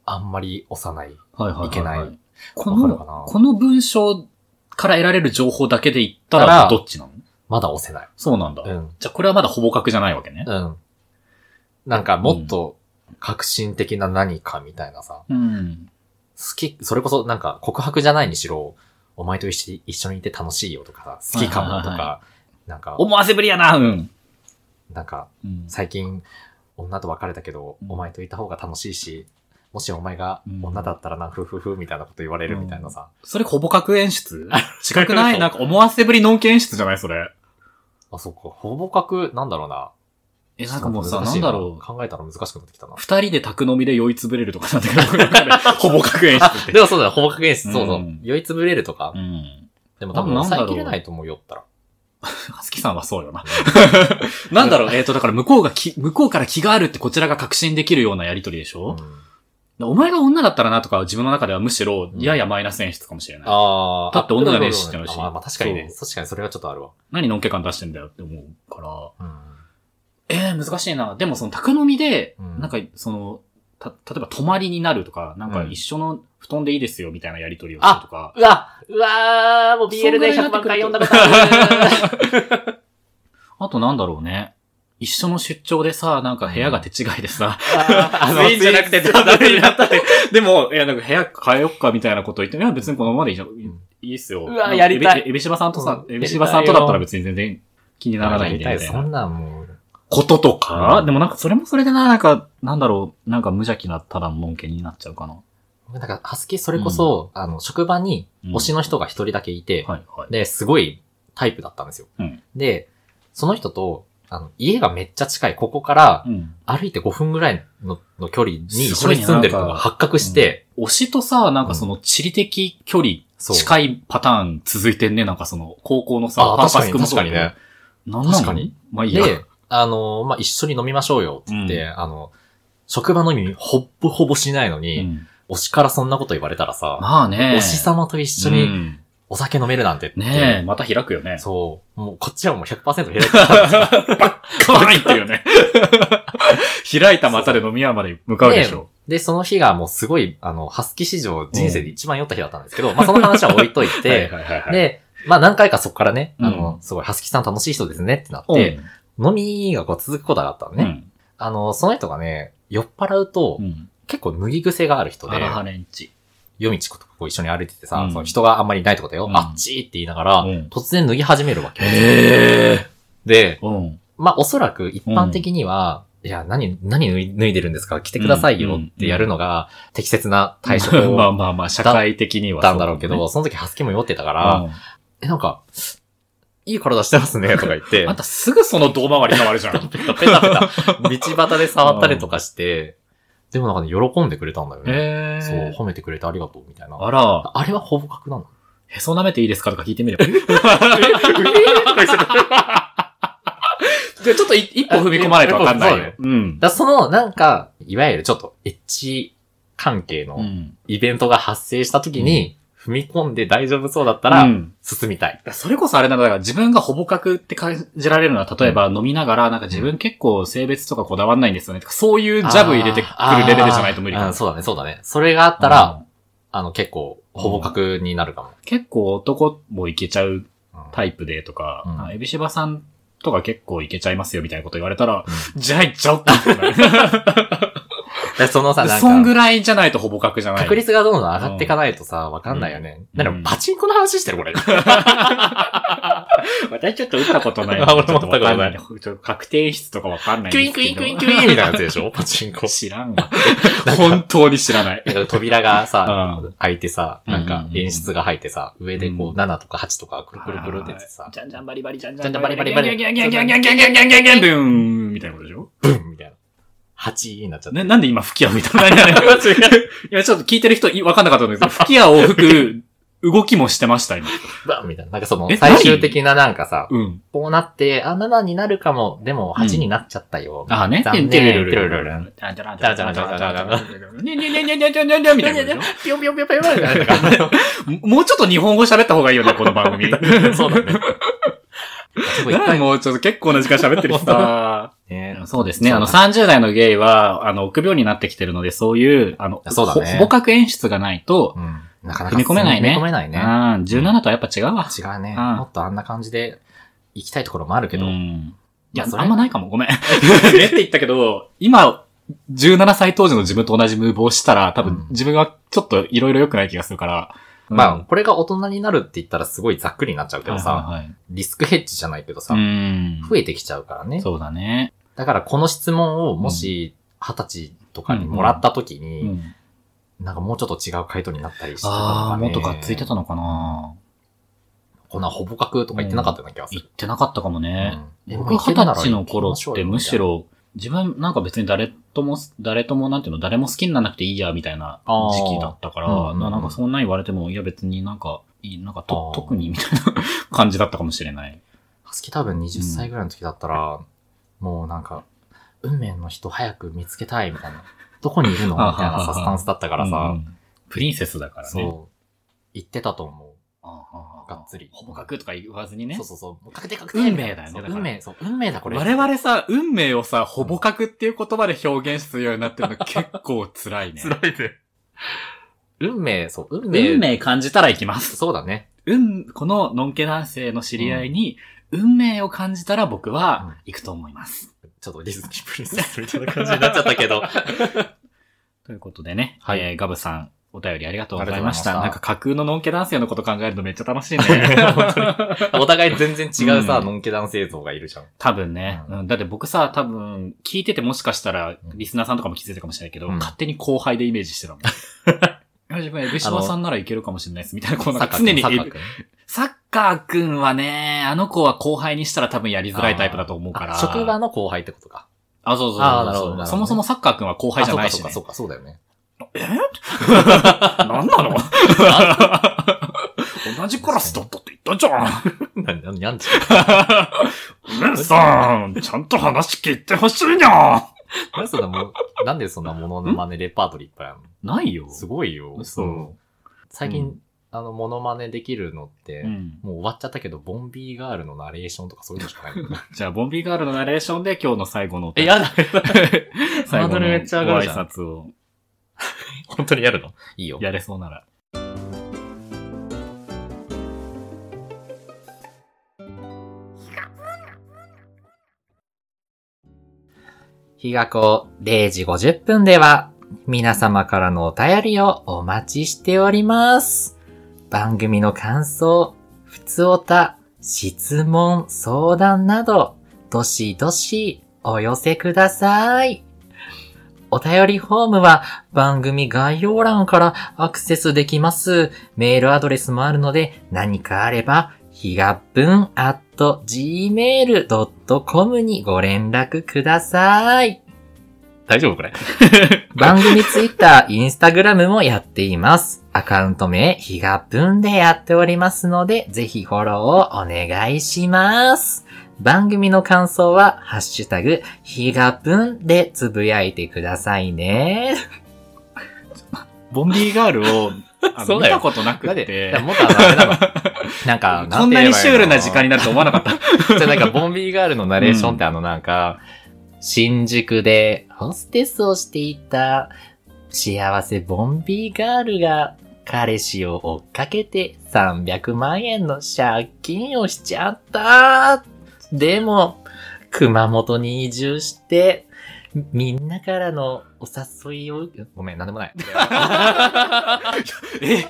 S2: あんまり押さない。
S1: はいはいはいはい
S2: けない。
S1: こ
S2: わかるか
S1: の
S2: な、
S1: この文章から得られる情報だけで言ったら、どっちなの
S2: まだ押せない。
S1: そうなんだ。
S2: うん。
S1: じゃあ、これはまだほぼ角じゃないわけね。
S2: うん。なんかもっと革新的な何かみたいなさ、
S1: うん。
S2: 好き、それこそなんか告白じゃないにしろ、お前と一緒に一緒にいて楽しいよとかさ、好きかもと
S1: はいはい
S2: か、なんか、
S1: 思わせぶりやな、うん。
S2: なんか、
S1: うん
S2: 最近、女と別れたけど
S1: う、ん
S2: お前といた方が楽しいし、もしお前が
S1: うん
S2: 女だったらな、ふふふみたいなこと言われるみたいなさ。
S1: それほぼ角演 <laughs> 出近くない
S2: そう
S1: なんか思わせぶりのんけ演出じゃないそれ。
S2: あ、そっか。ほぼ角、なんだろうな。
S1: え、なんかもう
S2: ちょ
S1: さ、
S2: っと
S1: な
S2: 難し
S1: ん
S2: い
S1: だろう。
S2: 考えたら難しくなって
S1: <laughs>
S2: きたな。
S1: 二人で宅飲みで酔いつぶれるとかなんだけど、 <laughs> なんかねほぼ角演出っ
S2: あ、
S1: て。。
S2: でもそうだよ。ほぼ角演出。そうそううん酔いつぶれるとか
S1: う。ん。
S2: でも多分
S1: なんだろ
S2: 抑
S1: う
S2: えきれないと思うよったら。
S1: はつきさんはそうよな。 <laughs> なんだろう、 <laughs> えっ、と、だから向こうがき、向こうから気があるってこちらが確信できるようなやりとりでし
S2: う
S1: ょ、
S2: ん
S1: お前が女だったらなとかは自分の中ではむしろ、
S2: うん
S1: ややマイナス演出かもしれない。
S2: あー
S1: だって女がねえしってなるし
S2: あまあ確かにね。確かにそれはちょっとあるわ。
S1: 何のんけ感出してんだよって思うから。
S2: うん
S1: ええ難しいな。でもその宅飲みで、
S2: うん
S1: なんかその、た、例えば泊まりになるとか、なんか
S2: うん
S1: 一緒の布団でいいですよみたいなやりとりをするとか。
S2: うわ、うわー、もう BL で100万回読んだこ
S1: <laughs>
S2: とある。
S1: あとなんだろうね。一緒の出張でさ、なんか部屋が手違いでさ、
S2: あ
S1: ツインじゃなくてダブ
S2: ダ
S1: ルに
S2: に
S1: な
S2: な
S1: っ
S2: ったた
S1: って。でも、いや、なんか部屋変えよっかみたいなこと言って、いや、別にこのままでいいじゃん。いいっすよ。
S2: うわやりたい
S1: えびえびしばさんとさ、
S2: うん
S1: えびしばさんとだったら別に全然気にならないんで、みたい
S2: そ
S1: なん
S2: なんもう。
S1: こととか、
S2: うん
S1: でもなんかそれもそれでな、なんか、なんだろう、なんか無邪気なただののんけになっちゃうかな。
S2: なんか、ハスキーそれこそ、あの、職場に推しの人が一人だけいて、
S1: はいはい。
S2: で、すごいタイプだったんですよ。
S1: うん
S2: で、その人と、あの、家がめっちゃ近い、ここから
S1: うん。
S2: 歩いて5分ぐらいのの距離に一
S1: すご
S2: 緒
S1: い
S2: に
S1: ね
S2: 住んでるの
S1: なん
S2: が
S1: か
S2: 発覚して、
S1: 推しとさ、なんかその地理的距離
S2: そう
S1: 近いパターン続いてんね、なんかその高校のさ、
S2: あ
S1: パンパ
S2: 確か
S1: ス
S2: に
S1: 君もそうだけど。なんなの
S2: 確かに。
S1: まあいいや。
S2: で、あの、まあ、一緒に飲みましょうよって言って、
S1: う
S2: あの、職場の意味ほっぼほぼしないの
S1: う
S2: に、
S1: ん
S2: 推しからそんなこと言われたらさ、
S1: まあね。
S2: 推し様と一緒
S1: う
S2: に
S1: ん
S2: お酒飲めるなんてって。
S1: ねえ、また開くよね。 <laughs>
S2: そう。もうこっちはもう100%開いてた。
S1: かわいいっていうね。開いた股で飲み屋まで向かうでしょ。
S2: で、その日がもうすごい、あの、ハスキ史上人生で一番酔った日だったんですけど、まあその話は置いといて、
S1: <laughs> はいはいはいはい、
S2: で、まあ何回かそこからね、あの、
S1: うん
S2: すごい、ハスキさん楽しい人ですねってなっ
S1: うん
S2: て、、飲みがこう続くことがあったの
S1: う
S2: ね。
S1: ん。
S2: あの、その人がね、酔っ払うと、
S1: うん。
S2: 結構脱ぎ癖がある人で
S1: ア、ラハレンチ。
S2: 夜道とかこう一緒に歩いててさ、
S1: うん
S2: その人があんまりいないとこだよ、
S1: うん
S2: あっちーって言いながら、
S1: うん
S2: 突然脱ぎ始めるわけ。
S1: へえ。
S2: で、
S1: うん。
S2: まあ、おそらく一般的には、いや、何、何脱い脱いでるんですか着てくださいよってやるのが適切な対処
S1: <laughs> まあ
S2: 法
S1: まあまあ、社会的には
S2: だんだろうけど、
S1: そ
S2: その時ハスキも酔ってたか
S1: だ
S2: ら、
S1: ね
S2: え、なんか、いい体してますね、とか言っ
S1: <laughs>
S2: て
S1: うんあ、んたすぐその胴回り変わるじゃ <laughs> ん。
S2: ペタペタペタ、道端で触ったりとかして、でもなんかね、喜んでくれたんだよね。
S1: え
S2: そう、褒めてくれてありがとう、みたいな。
S1: あら、
S2: あれはほぼ角なの
S1: へそ舐めて <laughs> いいですかとか聞いてみれば。
S2: <laughs>
S1: じゃあちょっとい一歩踏み込まないとわかんない
S2: そう
S1: よ
S2: ね。
S1: うん。
S2: だその、なんか、いわゆるちょっと、エッチ関係
S1: う
S2: の
S1: ん。
S2: イベントが発生した時に、踏み込んで大丈夫そうだった
S1: う
S2: ら、
S1: ん
S2: 進みたい。
S1: それこそあれなんだだから、自分がほぼ角って感じられるのは、例えば飲みながら、なんか自分結構性別とかこだわんないんですよねとか。そういうジャブ入れてくるレベルじゃないと無理
S2: あー
S1: か
S2: あー
S1: も。
S2: そうだね、そうだね。それがあったら、あの、結構、ほぼ角になるかも。
S1: 結構男もいけちゃう
S2: うん
S1: タイプでとか、
S2: うん
S1: あエビシバさんとか結構いけちゃいますよみたいなこと言われたら、
S2: う
S1: じゃあ行っちゃおうってことだね
S2: からそのさ、なんか。
S1: そんぐらいじゃないとほぼ角じゃない。
S2: 確率がどんどん上がっていかないとさ、わかんないよね。
S1: うん
S2: なんかパチンコの話してる
S1: <laughs>
S2: これ。
S1: 私ちょっと打ったことない。
S2: あ俺も打ったことない
S1: ちょっわかんちょっと確定室とかわかんないん
S2: キュ
S1: で
S2: イ
S1: す
S2: ン
S1: けど。
S2: キュインキュインキュインみたいなやつでしょパチンコ。
S1: 知らんわ。本当に知らない。
S2: なんか扉がさ、
S1: う
S2: 開いてさ、なん
S1: うんうん
S2: か
S1: うん
S2: 演出が入ってさ、上でこ
S1: うん
S2: う7とか8とかくるくるくるってやってさ、
S1: じゃんじゃんバリバリじゃん
S2: じゃんじゃんバリバリバリ
S1: ギャンギャンギャンギャンギャンギャンギャンギャンギャンギャンみたいなことでしょ
S2: ブンみたいな。8になっちゃって。
S1: ね、なんで今吹き矢吹いたの何あれ今ちょっと聞いてる人いわかんなかったんだけど、吹き矢を吹く動きもしてました、今。
S2: <laughs> バンみたいな。なんかその
S1: え
S2: 最終的ななんかさ、
S1: うん。
S2: こうなって、あ、7になるかも、でも8になっちゃったよ。
S1: ああね。
S2: 残念。
S1: て
S2: て
S1: る
S2: る
S1: るる
S2: る
S1: る
S2: るる
S1: る
S2: る
S1: るじゃんじゃらん
S2: じゃらじゃらじゃらじゃら
S1: ねねねねねねねねみたいなことでし
S2: ピョンピョンピョンピョンピョンみたいな感じ。
S1: ょ。もうちょっと日本語喋った方がいいよね、この番組。
S2: そうだね。ちょっと一
S1: なんか
S2: 回
S1: もうちょっと結構な時間喋ってるしさ。
S2: ね
S1: そうですね。
S2: そ
S1: あ
S2: う
S1: の、
S2: だ
S1: 30代のゲイは、あの、臆病になってきてるので、そういう、あの、
S2: そうだね
S1: ほぼ角演出がないと、
S2: うん。なかなか
S1: 踏み込めないね
S2: 踏み込めないね。
S1: あー17とはやっぱ違うわ。
S2: 違うね。
S1: うん
S2: もっとあんな感じで行きたいところもあるけど。
S1: う
S2: い
S1: んいや、
S2: まあそれ
S1: あんまないかも。ごめん。ねって言ったけど、今、17歳当時の自分と同じムーブをしたら、多分
S2: うん
S1: 自分はちょっといろいろ良くない気がするから。
S2: まあ、これが大人になるって言ったらすごいざっくりになっちゃう
S1: あ
S2: けどさ、リスクヘッジじゃないけどさ
S1: う、ん。
S2: 増えてきちゃうからね。
S1: そうだね。
S2: だからこの質問をもし二十歳とかにもらった時に、
S1: ん、
S2: なんかもうちょっと違う回答になったりしてたの
S1: ああ、
S2: かね。
S1: もっとがっついてたのかな
S2: こんなほぼ角とか言ってなかったような気がす
S1: 言っ
S2: る。
S1: てなかったかもね。
S2: うん
S1: 僕二十歳の頃ってむし、ろ、自分なんか別に誰とも、誰ともなんていうの、誰も好きにならなくていいや、みたいな
S2: あー
S1: 時期だったから、
S2: うんうんうん
S1: ななんかそんな言われても、いや別になんか、いい、なんかと
S2: あー
S1: 特にみたいな <laughs> 感じだったかもしれない。
S2: ハスキー多分20歳ぐらいの時だったら、もうなんか、運命の人早く見つけたいみたいな。どこにいるのみたい
S1: あは
S2: な
S1: はは
S2: さスタンスだったからさ、
S1: うんうんプリンセスだからね。
S2: そう。言ってたと思
S1: あーあーあー
S2: がっつり
S1: ほぼ格とか言わずに
S2: う。
S1: ね
S2: そう。そうそう。もう確定確定
S1: 運命だよね
S2: そ
S1: だ
S2: う
S1: から
S2: 運命、そう。運命だ、これ。
S1: 我々さ、運命をさ、ほぼ格っていう言葉で表現するようになってるの結構辛いね。
S2: 辛いね。運命、そう。運命。
S1: 運命感じたら行きます。
S2: そうだね。
S1: うん、こののんけ男性の知り合いに、運命を感じたら僕は行くと思います。
S2: ちょっとディズニープリンセスみたいな感じになっちゃったけど。
S1: ということでね、
S2: はい
S1: えーガブさん、お便りありがとうございました。
S2: ありがと
S1: なんか
S2: うございました
S1: 架空ののんけ男性のこと考えるのめっちゃ楽しい
S2: <laughs> 本当
S1: ね。
S2: <laughs> お互い全然違うさ、
S1: うん
S2: のんけ男性像がいるじゃん。
S1: 多分ね、
S2: う
S1: うんだって僕さ、多分、聞いててもしかしたら、
S2: うん
S1: リスナーさんとかも気づいてるかもしれないけど、
S2: うん
S1: 勝手に後輩でイメージ <laughs> してたもん。いや自分、エビシバさんならいけるかもしれないです、みたいな、こうなんか常に、
S2: サッカー君
S1: サッカーくんはね、あの子は後輩にしたら多分やりづらいタイプだと思うから。
S2: あ職場の後輩ってことか。
S1: あ、そうそうそう
S2: あーなるほどなるほど
S1: そもそもサッカー君は後輩じゃないし、
S2: あ
S1: ね
S2: そ。うか、そうか、そうかそうだよね。
S1: <laughs> なんなの同じクラスだったって言ったじゃ <laughs> ん。
S2: なんなんなんち
S1: お姉さん、ちゃんと話聞いてほしいにゃ
S2: なんでそんなもう、なんでそんなものの真似レパートリーいっぱいある
S1: ないよ
S2: の。すごいよ。
S1: 嘘
S2: うん最
S1: う
S2: 近、あの、モノマネできるのって、
S1: うん。
S2: もう終わっちゃったけど、ボンビーガールのナレーションとかそういうのしかない。
S1: じゃあ、ボンビーガールのナレーションで今日の最後の。
S2: え、やだ。 <laughs>
S1: 最後
S2: ハード
S1: のご
S2: ルめ
S1: 挨
S2: っちゃ上がるじゃん
S1: 拶を
S2: 本当にやるのいいよ。
S1: やれそうなら。
S2: 日がこ0時50分では皆様からのお便りをお待ちしております。番組の感想、ふつおた、質問、相談など、どしどしお寄せください。お便りフォームは番組概要欄からアクセスできます。メールアドレスもあるので何かあれば、ひがっぷん at gmail.com にご連絡ください。
S1: 大丈夫これ。
S2: 番組ツイッター、インスタグラムもやっています。アカウント名、ひがっぷんでやっておりますので、ぜひフォローをお願いします。番組の感想は、ハッシュタグ、ひがっぷんでつぶやいてくださいね。
S1: ボンビーガールを、あ
S2: そ
S1: の
S2: う
S1: 見
S2: だよ
S1: たことなく
S2: だ
S1: て。
S2: もっとあれなの。なんか、
S1: こんなにシュールな時間
S2: に。
S1: になると思わなか
S2: <laughs>
S1: った。
S2: じゃあなんか、ボンビーガールのナレーションってあのなんか、新宿でホステスをしていた幸せボンビーガールが彼氏を追っかけて300万円の借金をしちゃった。でも、熊本に移住してみんなからのお誘いを、ごめん、なんでもない。
S1: ええ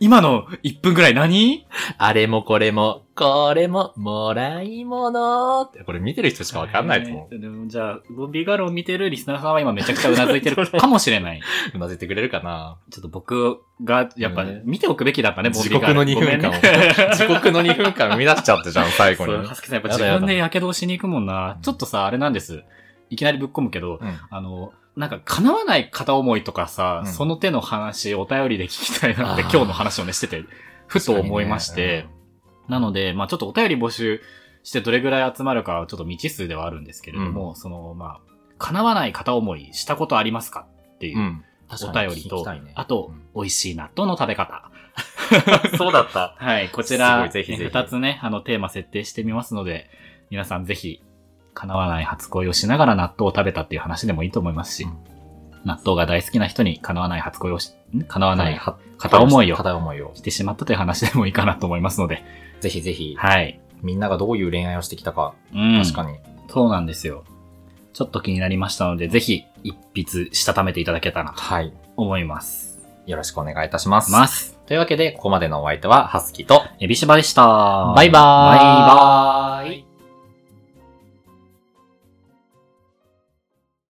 S1: 今の1分ぐらい何
S2: あれもこれも、これも、もらい物って、これ見てる人しかわかんないと思
S1: えーでもじゃあ、ボビーガールを見てるリスナーさんは今めちゃくちゃうなずいてるかもしれ
S2: <laughs>
S1: ない。
S2: う。うなずいてくれるかな
S1: ちょっと僕が、やっぱ
S2: うん
S1: 見ておくべきだったね、ボ
S2: 地
S1: ビー
S2: 獄
S1: ガー
S2: の
S1: ル。
S2: 2分間を。
S1: ごめんね
S2: <laughs> 地獄の2分間生み出しちゃったじゃん、最後に。
S1: そうう、
S2: ん
S1: はすけさん、やっぱ
S2: や
S1: 自
S2: だやだ
S1: 分で火傷しに行くもんな
S2: う。ん
S1: ちょっとさ、あれなんです。いきなりぶっ込むけど、あの、なんか叶わない片思いとかさ、
S2: うん
S1: その手の話、お便りで聞きたいなって
S2: あー。
S1: 今日の話をね、してて、ふと思いまして。なので、まあちょっとお便り募集してどれぐらい集まるかはちょっと未知数ではあるんですけれども、その、まあ、叶わない片思いしたことありますかっていううんお便りと、あと、美味しい納豆の食べ方。
S2: そうだった。
S1: はい、こち
S2: す
S1: ら、
S2: ごいぜひぜひ
S1: ね二つね、あの、テーマ設定してみますので、皆さんぜひ、叶わない初恋をしながら納豆を食べたっていう話でもいいと思いますし、
S2: うん
S1: 納豆が大好きな人に叶わない初恋をし、ん叶わない片思いを
S2: 片思いを。
S1: してしまったという話でもいいかなと思いますので、
S2: ぜひぜひ、
S1: はい。
S2: みんながどういう恋愛をしてきたか、
S1: うん。
S2: 確かに。
S1: そうなんですよ。ちょっと気になりましたので、ぜひ、一筆したためていただけたらと
S2: はい。
S1: 思います。
S2: よろしくお願いいたします。
S1: ます。
S2: というわけで、ここまでのお相手は、ハスキーと、
S1: エビシバでした。
S2: バイバ
S1: バ
S2: ーイ
S1: イバーイ。